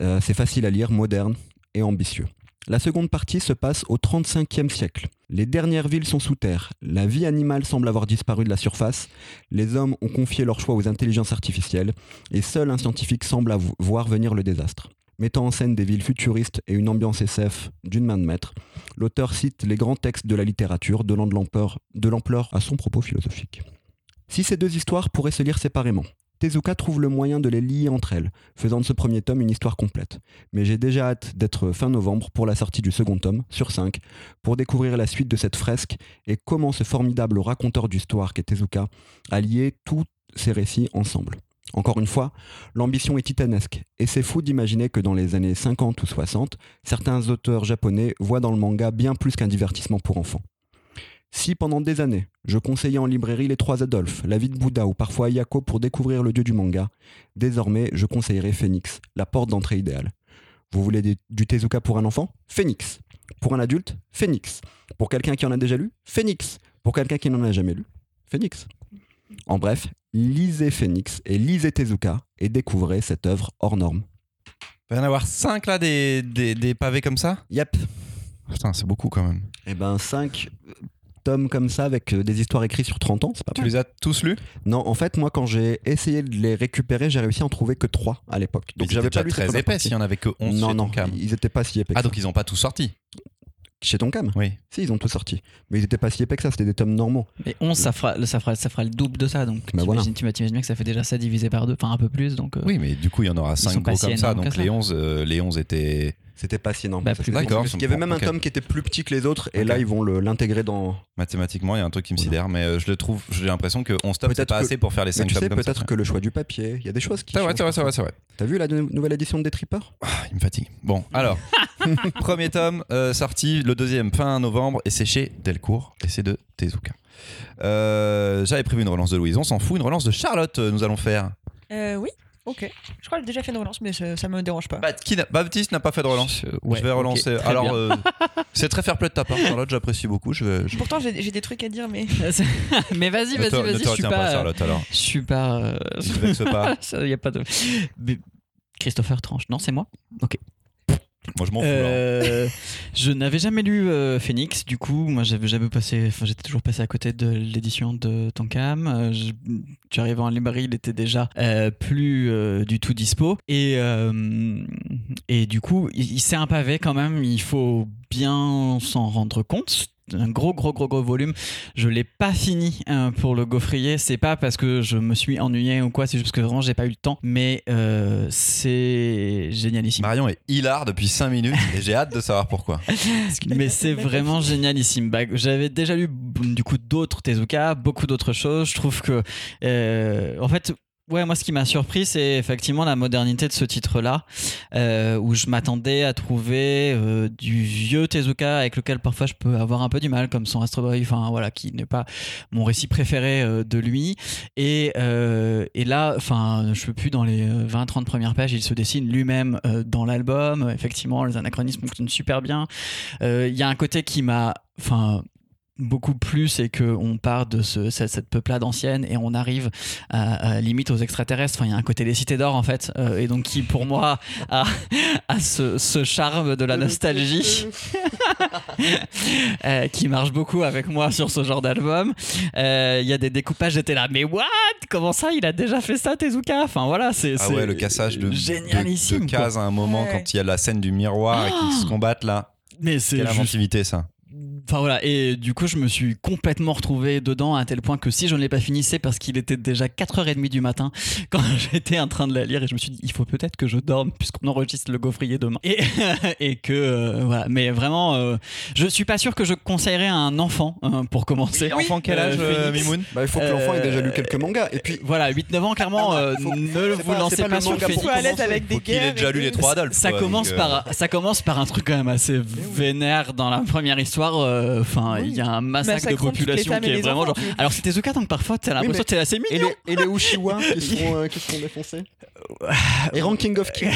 Euh, C'est facile à lire, moderne et ambitieux. La seconde partie se passe au 35e siècle. Les dernières villes sont sous terre, la vie animale semble avoir disparu de la surface, les hommes ont confié leur choix aux intelligences artificielles, et seul un scientifique semble avou- voir venir le désastre. Mettant en scène des villes futuristes et une ambiance SF d'une main de maître, l'auteur cite les grands textes de la littérature donnant de l'ampleur- de l'ampleur à son propos philosophique. Si ces deux histoires pourraient se lire séparément, Tezuka trouve le moyen de les lier entre elles, faisant de ce premier tome une histoire complète. Mais j'ai déjà hâte d'être fin novembre pour la sortie du second tome, sur 5, pour découvrir la suite de cette fresque et comment ce formidable raconteur d'histoire qu'est Tezuka a lié tous ces récits ensemble. Encore une fois, l'ambition est titanesque, et c'est fou d'imaginer que dans les années 50 ou 60, certains auteurs japonais voient dans le manga bien plus qu'un divertissement pour enfants. Si pendant des années, je conseillais en librairie les trois Adolphes, la vie de Bouddha ou parfois Ayako pour découvrir le dieu du manga, désormais je conseillerais Phoenix, la porte d'entrée idéale. Vous voulez des- du Tezuka pour un enfant Phoenix. Pour un adulte Phoenix. Pour quelqu'un qui en a déjà lu Phoenix. Pour quelqu'un qui n'en a jamais lu Phoenix. En bref, lisez Phoenix et lisez Tezuka et découvrez cette œuvre hors norme. Il va y en avoir 5 là, des, des, des pavés comme ça Yep. Putain, c'est beaucoup quand même. Eh ben 5 tomes comme ça avec euh, des histoires écrites sur 30 ans, c'est pas Tu mal. les as tous lus Non, en fait, moi quand j'ai essayé de les récupérer, j'ai réussi à en trouver que 3 à l'époque. Donc Ils j'avais étaient déjà pas lu cette très première épais, partie. s'il n'y en avait que 11 Non, chez non, Tonkam. ils étaient pas si épais. Ah, que donc ils n'ont pas tous sorti ça. Chez Tonkam Oui. Si, ils ont tout sorti. Mais ils étaient pas si épais que ça, c'était des tomes normaux. Mais 11, ça fera, ça, fera, ça fera le double de ça. Donc, Bah t'imagines voilà. t'imagines- t'imagines bien que ça fait déjà ça divisé par deux, enfin un peu plus. Donc, euh, Oui, mais du coup, il y en aura Ils 5 sont pas gros si comme ça. énormes Donc que ça. les 11, euh, les 11 étaient. C'était pas si énorme. Bah, Ça, c'était plus bas. compris. D'accord, Parce ça me qu'il y avait prend- même un ok. tome qui était plus petit que les autres, et Ok. là ils vont le- l'intégrer dans. Mathématiquement, il y a un truc qui me Oula. sidère, mais euh, je le trouve, j'ai l'impression que 11 tomes, c'est Peut-être pas que- assez pour faire les Mais 5 tu tomes sais, comme ça. peut-être que le choix du papier, il y a des choses qui. C'est vrai, changent. c'est vrai, c'est vrai, c'est vrai. T'as vu la nou- nouvelle édition de Détripeur Ah, il me fatigue. Bon, alors, premier tome euh, sorti le deuxième fin novembre et c'est chez Delcourt et c'est de Tezuka. Euh, J'avais prévu une relance de Louise, on s'en fout, une relance de Charlotte. euh, Nous allons faire. Euh, oui, ok. Je crois que j'ai déjà fait une relance, mais ça, ça me dérange pas. Bah, qui n'a- Baptiste n'a pas fait de relance. je- Euh, ouais, je vais ok, relancer. très alors, bien. euh, c'est très fair play de ta part, Charlotte. J'apprécie beaucoup. Je vais. je- Pourtant, j'ai j'ai des trucs à dire, mais. euh, mais vas-y, Ne vas-y, te- ne vas-y, te je suis retiens pas, pas. euh, Charlotte. Alors, Je suis pas. euh, ne te vexe pas. ça, y a pas de. Mais Christopher Tranche, non, c'est moi. Moi, je m'en fous. hein. alors. Euh, je n'avais jamais lu euh, Phoenix, du coup, moi j'avais jamais passé, enfin j'étais toujours passé à côté de l'édition de Tonkam. Euh, je- J'arrivais en librairie, il était déjà euh, plus euh, du tout dispo. Et, euh, et du coup, il- il- c'est un pavé quand même, il faut bien s'en rendre compte. un gros, gros, gros, gros volume. Je l'ai pas fini hein, pour le gaufrier. C'est pas parce que je me suis ennuyé ou quoi, c'est juste que vraiment j'ai pas eu le temps. Mais euh, c'est génialissime. Marion est hilar depuis 5 minutes et j'ai hâte de savoir pourquoi. Mais c'est vraiment génialissime. Bah, J'avais déjà lu b- du coup d'autres Tezuka, beaucoup d'autres choses. Je trouve que, euh, en fait, ouais, moi ce qui m'a surpris, c'est effectivement la modernité de ce titre-là, euh, où je m'attendais à trouver euh, du vieux Tezuka avec lequel parfois je peux avoir un peu du mal, comme son Astro Boy, enfin voilà, qui n'est pas mon récit préféré euh, de lui. Et, euh, et là, enfin, je peux plus dans les euh, 20-30 premières pages, il se dessine lui-même euh, dans l'album. Effectivement, les anachronismes fonctionnent super bien. Euh, Il y a un côté qui m'a, enfin, beaucoup plu, c'est que on part de ce- cette, cette peuplade ancienne et on arrive à, à limite aux extraterrestres. Enfin, il y a un côté des cités d'or en fait, euh, et donc qui pour moi a, a ce, ce charme de la Mm. nostalgie euh, qui marche beaucoup avec moi sur ce genre d'album. Euh, Il y a des découpages, j'étais là, mais what Comment ça Il a déjà fait ça, Tezuka Enfin voilà, c'est Ah c'est ouais, le cassage de, de, génialissime. de quoi. cases à un moment Ouais. quand il y a la scène du miroir et qu'ils se combattent là. Mais c'est Quelle juste inventivité ça. Enfin voilà, et du coup je me suis complètement retrouvé dedans à tel point que si je ne l'ai pas fini, c'est parce qu'il était déjà 4h30 du matin quand j'étais en train de la lire et je me suis dit il faut peut-être que je dorme puisqu'on enregistre le gaufrier demain. Et, et que euh, voilà, mais vraiment euh, je suis pas sûr que je conseillerais à un enfant hein, pour commencer. enfant quel âge, euh, Euh, Phoenix Mimoun Bah, il faut que l'enfant ait déjà lu Euh, quelques mangas. Et puis, Voilà, 8-9 ans clairement, euh, Ah Faut- ne c'est vous pas- lancez c'est pas, pas le sur manga Facebook. pour à l'aise avec des Faut qu'il ait guerres déjà et lu des- les trois Adolphes. Ça quoi, commence donc, euh, par ça commence par un truc quand même assez Eh vénère dans la première histoire. euh, Enfin, il y a un Bah, massacre de Massacrant toutes les population femmes et qui est les vraiment enfants, genre. tu veux Alors c'est Tezuka donc parfois t'as l'impression mais- que t'es assez et mignon. les, et les Uchiwa qui se font, euh, qui se font défoncer Et Ranking of Kings.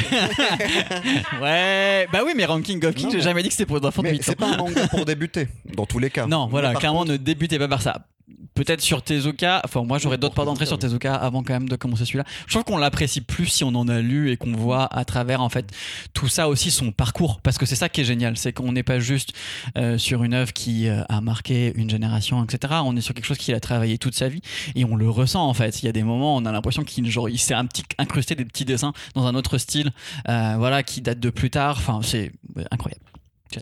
Ouais, bah oui, mais Ranking of Kings, Non, j'ai mais- jamais dit que c'était pour des enfants de Mais 8 ans. c'est pas un manga pour débuter, dans tous les cas. Non, voilà, Mais par clairement ne débutez pas par ça. Peut-être sur Tezuka, enfin moi j'aurais d'autres portes d'entrée sur Tezuka avant quand même de commencer celui-là. Je trouve qu'on l'apprécie plus si on en a lu et qu'on voit à travers en fait tout ça aussi son parcours parce que c'est ça qui est génial, c'est qu'on n'est pas juste euh, sur une œuvre qui euh, a marqué une génération, etc. On est sur quelque chose qu'il a travaillé toute sa vie et on le ressent en fait. Il y a des moments, on a l'impression qu'il genre il s'est un petit incrusté des petits dessins dans un autre style, euh, voilà qui date de plus tard. Enfin c'est ouais, incroyable.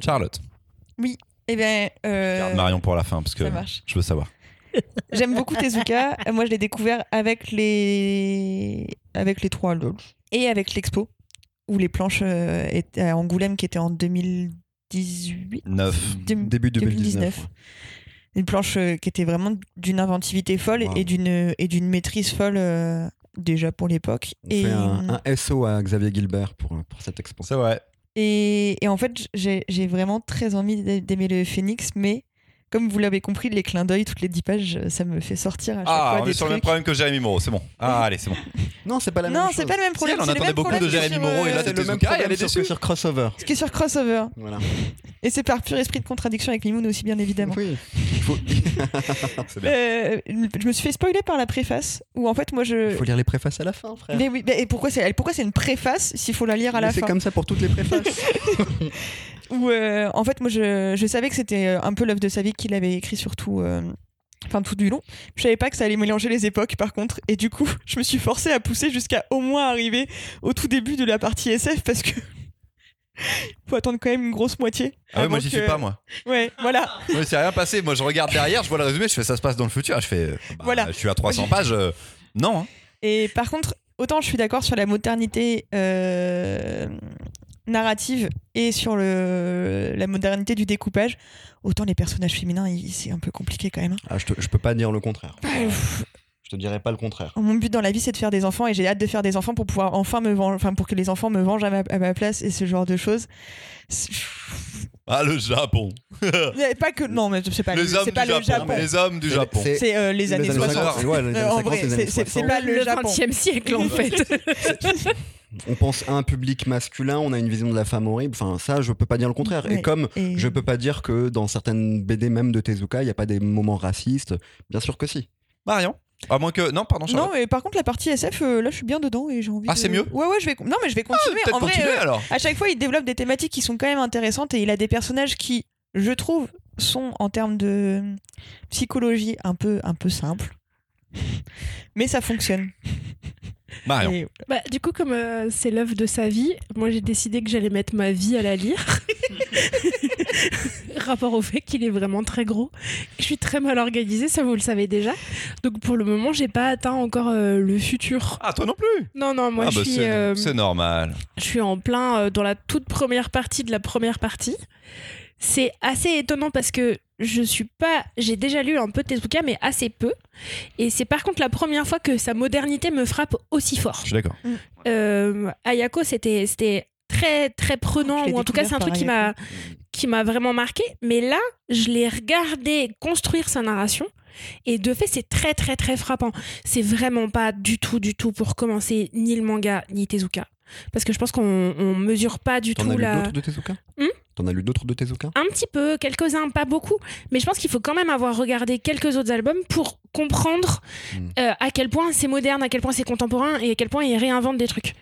Charlotte. Eh bien, euh, Marion pour la fin parce que ça marche. je veux savoir. J'aime beaucoup Tezuka. Moi, je l'ai découvert avec les avec les trois LOL et avec l'expo où les planches euh, étaient à Angoulême qui était en 2018. 9. deux- contre, Début 2019. 2019. Une planche euh, qui était vraiment d'une inventivité folle Wow. et d'une et d'une maîtrise folle euh, déjà pour l'époque. On Et, fait un, un SO à Xavier Gilbert pour, euh, pour cette expo. C'est vrai. et et en fait, j'ai j'ai vraiment très envie d'a- d'aimer le Phoenix, mais comme vous l'avez compris, les clins d'œil toutes les 10 pages, euh, ça me fait sortir à chaque Ah, fois on des est sur le même trucs. problème que Jérémy Moreau, c'est bon. Ah, allez, c'est bon. Non, c'est pas la même non, chose. c'est pas le même problème. Si, on c'est le attendait même beaucoup de problème que Jérémy sur, Moreau, et là, euh, t'es C'est le même Tezuka, et elle problème est sur, déçue. que sur Crossover. que sur Crossover. Voilà. Et c'est par pur esprit de contradiction avec Mimoun aussi, bien évidemment. Oui. Il faut, C'est bien. Euh, je me suis fait spoiler par la préface, où en fait, moi il je. faut lire les préfaces à la fin, frère. Mais oui, mais et pourquoi c'est pourquoi c'est une préface s'il faut la lire à Mais la c'est fin comme ça pour toutes les préfaces. Où, euh, en fait, moi je, je savais que c'était euh, un peu l'œuvre de sa vie qu'il avait écrit surtout. euh, Enfin, tout du long. Je savais pas que ça allait mélanger les époques, par contre. Et du coup, je me suis forcée à pousser jusqu'à au moins arriver au tout début de la partie SF parce que. Faut attendre quand même une grosse moitié. Ah oui, moi avant j'y que- suis pas, moi. Ouais, voilà. Moi, c'est rien passé. Moi, je regarde derrière, je vois le résumé, je fais ça se passe dans le futur. Je fais, euh, bah, Voilà. je suis à 300 pages. euh, non. hein. Et par contre, autant je suis d'accord sur la modernité euh, narrative et sur le, la modernité du découpage, autant les personnages féminins, ils- c'est un peu compliqué quand même. hein. Ah, je, te- je peux pas dire le contraire. Bah, Pff, Je te dirais pas le contraire. Mon but dans la vie, c'est de faire des enfants et j'ai hâte de faire des enfants pour pouvoir enfin me venger, enfin pour que les enfants me vengent à ma, à ma place et ce genre de choses. C'est- Ah, le Japon. Mais Pas que non, mais c'est pas, le- Euh. les hommes c'est du pas le Japon. Japon. Les hommes du Japon. C'est- C'est euh, les années 60. Ouais, les années Euh, en 50, vrai, les années c'est- c'est- c'est 60. pas le le Japon. 20e siècle en fait. On pense à un public masculin, on a une vision de la femme horrible. Enfin, ça, je peux pas dire le contraire. Ouais. Et comme Et- je peux pas dire que dans certaines BD, même de Tezuka, il n'y a pas des moments racistes, bien sûr que si. Marion. À moins que. Non, pardon, Charlotte. Non, mais par contre, la partie SF, euh, là, je suis bien dedans et j'ai envie. Ah, de- c'est mieux Ouais, ouais, je vais. Non, mais je vais Ah, continuer. peut-être en vrai, continuer euh, alors. à chaque fois, il développe des thématiques qui sont quand même intéressantes et il a des personnages qui, je trouve, sont en termes de psychologie un peu, un peu simples. Mais ça fonctionne. Marion. Et- Bah, du coup, comme euh, c'est l'œuvre de sa vie, moi j'ai décidé que j'allais mettre ma vie à la lire. Rapport au fait qu'il est vraiment très gros. Je suis très mal organisée, ça vous le savez déjà. Donc pour le moment, j'ai pas atteint encore euh, le futur. Ah, toi non plus Non, non, moi Ah, je, bah, suis, c'est euh, c'est normal. je suis en plein euh, dans la toute première partie de la première partie. C'est assez étonnant parce que je suis pas. J'ai déjà lu un peu de Tezuka, mais assez peu. Et c'est par contre la première fois que sa modernité me frappe aussi fort. Je suis d'accord. Euh, Ayako, c'était c'était très très prenant Je l'ai ou en tout cas découvert c'est un par truc qui m'a Ayako. qui m'a vraiment marqué. Mais là, je l'ai regardé construire sa narration. Et de fait, c'est très très très frappant. C'est vraiment pas du tout du tout pour commencer ni le manga ni Tezuka, parce que je pense qu'on on mesure pas du T'en as tout lu la. d'autres de Tezuka Hum T'en as lu d'autres de Tezuka Un petit peu, quelques-uns, pas beaucoup, mais je pense qu'il faut quand même avoir regardé quelques autres albums pour comprendre Mm. euh, à quel point c'est moderne, à quel point c'est contemporain et à quel point il réinvente des trucs.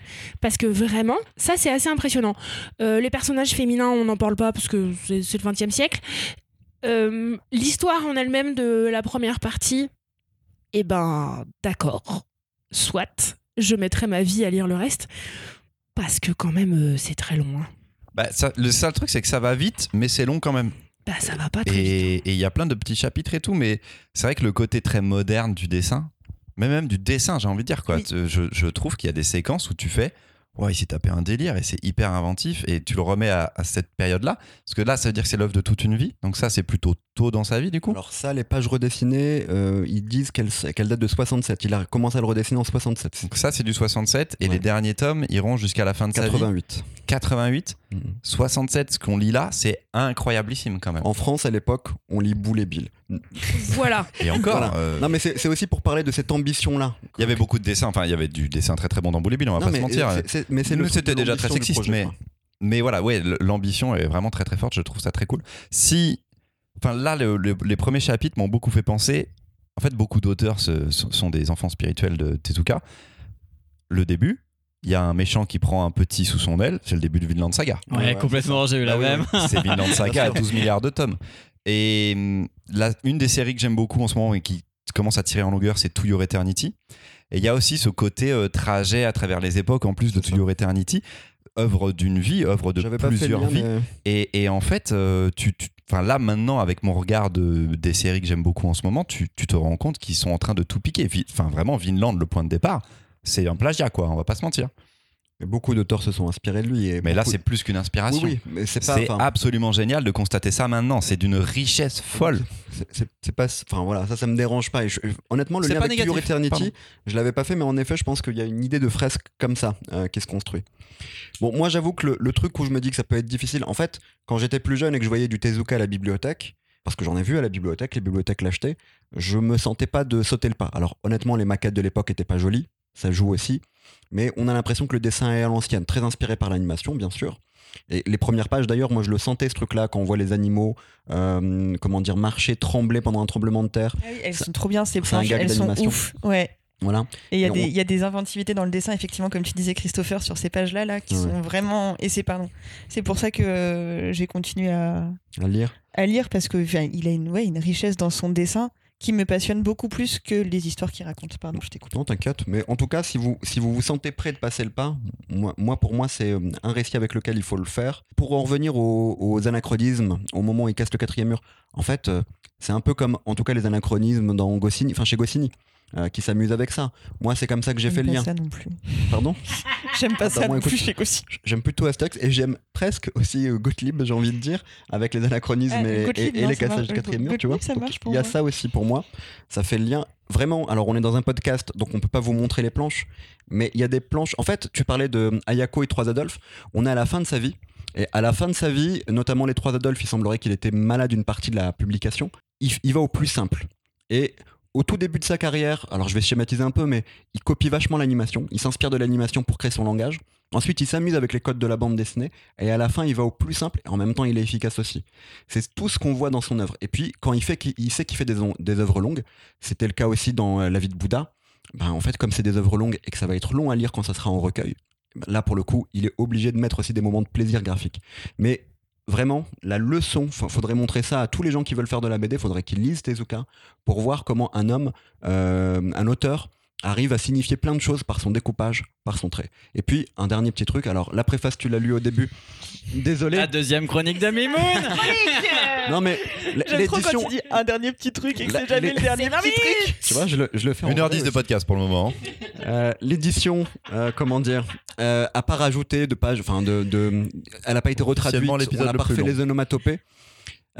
Parce que vraiment, ça c'est assez impressionnant. Euh, les personnages féminins, on n'en parle pas parce que c'est c'est le 20 e siècle. Euh, L'histoire en elle-même de la première partie, eh ben d'accord, soit, je mettrai ma vie à lire le reste, parce que quand même euh, c'est très long. hein. Bah, ça, le seul truc, c'est que ça va vite, mais c'est long quand même. Bah ça va pas très vite. Et hein. et il y a plein de petits chapitres et tout, mais c'est vrai que le côté très moderne du dessin, mais même du dessin, j'ai envie de dire quoi. Oui. tu- Je, je trouve qu'il y a des séquences où tu fais, ouais, il s'est tapé un délire et c'est hyper inventif et tu le remets à, à cette période-là, parce que là, ça veut dire que c'est l'œuvre de toute une vie, donc ça, c'est plutôt tôt dans sa vie du coup. Alors ça, les pages redessinées, euh, ils disent qu'elles qu'elles datent de 67. Il a commencé à le redessiner en 67. donc ça, c'est du 67 et Ouais. les derniers tomes iront jusqu'à la fin de 80. 88. 88, Mhm. 67, ce qu'on lit là, c'est incroyablissime quand même. En France, à l'époque, on lit Boule et Bill. Euh. Voilà. Et encore, Voilà. euh, Non, mais c'est c'est aussi pour parler de cette ambition-là. il y avait beaucoup de dessins, enfin, il y avait du dessin très très bon dans Boule et Bill, on va Non, pas mais se euh, mentir. c'est- c'est- mais c'est le Mais truc c'était de déjà très l'ambition du sexiste, projet, mais- quoi. Mais voilà, ouais, l- l'ambition est vraiment très très forte, je trouve ça très cool. Si. Enfin, là, le- le- les premiers chapitres m'ont beaucoup fait penser. En fait, beaucoup d'auteurs se- sont sont des enfants spirituels de Tezuka. Le début, il y a un méchant qui prend un petit sous son aile, c'est le début de Vinland Saga. Ouais, Ouais, ouais, complètement, j'ai eu la Bah Ah oui, même. oui, C'est Vinland Saga à Bien sûr. 12 milliards de tomes. Et hum, la- une des séries que j'aime beaucoup en ce moment et qui commence à tirer en longueur, c'est To Your Eternity. Et il y a aussi ce côté euh, trajet à travers les époques, en plus de C'est To ça. Your Eternity, œuvre d'une vie, œuvre de J'avais pas fait le plusieurs lien, vies. mais- Et, et en fait, euh, tu, tu- enfin, là maintenant, avec mon regard de- des séries que j'aime beaucoup en ce moment, tu, tu te rends compte qu'ils sont en train de tout piquer. Vi- Enfin, vraiment, Vinland, le point de départ, c'est un plagiat, quoi, on va pas se mentir. mais Beaucoup d'auteurs se sont inspirés de lui. Et Mais là, beaucoup- c'est plus qu'une Oui, inspiration. oui, mais c'est pas. C'est enfin, absolument génial de constater ça maintenant. C'est d'une richesse folle. c'est- c'est- c'est pas. Enfin voilà, ça, ça me dérange pas. Et je- honnêtement, le C'est lien pas avec Your négatif, Eternity, pardon. je l'avais pas fait, mais en effet, je pense qu'il y a une idée de fresque comme ça euh, qui se construit. Bon, moi, j'avoue que le, le truc où je me dis que ça peut être difficile, en fait, quand j'étais plus jeune et que je voyais du Tezuka à la bibliothèque. Parce que j'en ai vu à la bibliothèque, les bibliothèques l'achetaient, je me sentais pas de sauter le pas. Alors honnêtement, les maquettes de l'époque étaient pas jolies, ça joue aussi, mais on a l'impression que le dessin est à l'ancienne, très inspiré par l'animation, bien sûr. Et les premières pages, d'ailleurs, moi je le sentais ce truc-là quand on voit les animaux, euh, comment dire, marcher, trembler pendant un tremblement de terre. Ah oui, elles sont trop bien, ces c'est un planches. gag Elles sont d'animation. ouf. Ouais. Voilà. Et il y, a Et des- on- il y a des inventivités dans le dessin, effectivement, comme tu disais, Christopher, sur ces pages-là, là, qui Ouais. sont vraiment. Et c'est pardon. C'est pour ça que euh, j'ai continué à, À lire. à lire parce que enfin, il a une, ouais, une richesse dans son dessin qui me passionne beaucoup plus que les histoires qu'il raconte. Pardon, je t'écoute. Non, t'inquiète. Mais en tout cas, si vous, si vous vous sentez prêt de passer le pas, moi, moi, pour moi, c'est euh, un récit avec lequel il faut le faire. Pour en revenir aux, aux anachronismes, au moment où il casse le quatrième mur, en fait, euh, c'est un peu comme, en tout cas, les anachronismes dans Goscinny, enfin chez Goscinny, euh, qui s'amuse avec ça. Moi, c'est comme ça que j'ai J'aime fait le pas lien. ça non plus. Pardon J'aime Ah pas bah, ça moi, non écoute, plus chez Goscinny. J'aime plutôt Asterix et j'aime presque aussi euh, Gottlieb, j'ai envie de dire, avec les anachronismes Ah, et, Gottlieb, et- et non, les ça cassages marche. du quatrième mur, tu vois. Gottlieb, ça Donc, marche pour Il y a moi. ça aussi pour moi. Ça fait le lien vraiment. Alors, on est dans un podcast, donc on peut pas vous montrer les planches, mais il y a des planches. En fait, tu parlais de Ayako et Trois Adolphes. On est à la fin de sa vie. Et à la fin de sa vie, notamment les Trois Adolphes, il semblerait qu'il était malade une partie de la publication. Il, il va au plus simple. Et au tout début de sa carrière, alors je vais schématiser un peu, mais il copie vachement l'animation. Il s'inspire de l'animation pour créer son langage. Ensuite, il s'amuse avec les codes de la bande dessinée et à la fin, il va au plus simple et en même temps, il est efficace aussi. C'est tout ce qu'on voit dans son œuvre. Et puis, quand il, fait, qu'il- il sait qu'il fait des, on- des œuvres longues, c'était le cas aussi dans euh, La vie de Bouddha, ben, en fait, comme c'est des œuvres longues et que ça va être long à lire quand ça sera en recueil, ben, là, pour le coup, il est obligé de mettre aussi des moments de plaisir graphique. Mais Vraiment, la leçon, fa- faudrait montrer ça à tous les gens qui veulent faire de la BD, faudrait qu'ils lisent Tezuka pour voir comment un homme, euh, un auteur, arrive à signifier plein de choses par son découpage, par son trait. Et puis, un dernier petit truc, alors la préface, tu l'as lu au début. Désolé. La Ah, deuxième chronique de Mimoun Non mais l- J'aime trop quand l'édition, tu dis un dernier petit truc et que La- c'est jamais les- le dernier C'est petit truc. tu vois, je le, je le fais en vrai 1h10 de aussi. podcast pour le moment. Euh, L'édition, euh, comment dire, euh, a pas rajouté de pages, enfin, de, de- elle n'a pas été retraduite, Officiellement, on l'épisode n'a le pas plus refait long. les onomatopées.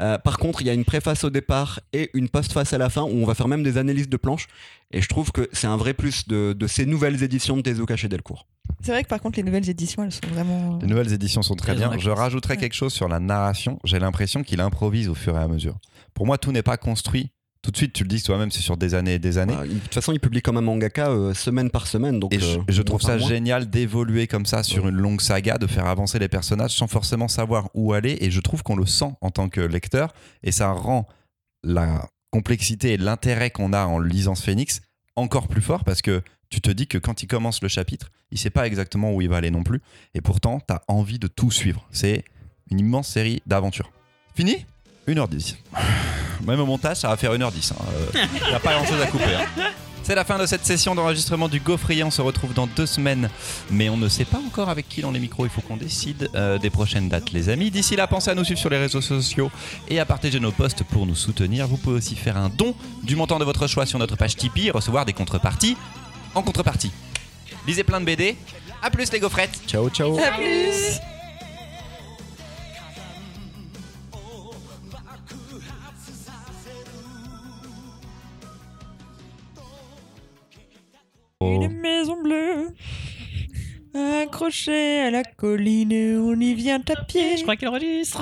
Euh, par contre, il y a une préface au départ et une postface à la fin où on va faire même des analyses de planches. Et je trouve que c'est un vrai plus de, de ces nouvelles éditions de Tezuka chez Delcourt. C'est vrai que par contre, les nouvelles éditions, elles sont vraiment. euh, Les nouvelles éditions sont très Elles ont bien. la Je classe. rajouterai Ouais. quelque chose sur la narration. J'ai l'impression qu'il improvise au fur et à mesure. Pour moi, tout n'est pas construit. Tout de suite, tu le dis toi-même, c'est sur des années et des années. Bah, il- de toute façon, il publie comme un mangaka euh, semaine par semaine. Donc, Et je, euh, je trouve enfin, ça moi, génial d'évoluer comme ça sur une longue saga, de faire avancer les personnages sans forcément savoir où aller. Et je trouve qu'on le sent en tant que lecteur. Et ça rend la complexité et l'intérêt qu'on a en lisant ce Phoenix encore plus fort parce que tu te dis que quand il commence le chapitre, il sait pas exactement où il va aller non plus. Et pourtant, tu as envie de tout suivre. C'est une immense série d'aventures. Fini 1h10. Même au montage, ça va faire 1h10. Il n'y hein. Euh, a pas grand-chose à couper. hein. C'est la fin de cette session d'enregistrement du Gaufrier. On se retrouve dans deux semaines, mais on ne sait pas encore avec qui dans les micros. Il faut qu'on décide euh, des prochaines dates, les amis. D'ici là, pensez à nous suivre sur les réseaux sociaux et à partager nos posts pour nous soutenir. Vous pouvez aussi faire un don du montant de votre choix sur notre page Tipeee et recevoir des contreparties en contrepartie. Lisez plein de BD. À plus les gaufrettes Ciao, ciao. À plus Une maison bleue accrochée à la colline, on y vient à pied. Je crois qu'il enregistre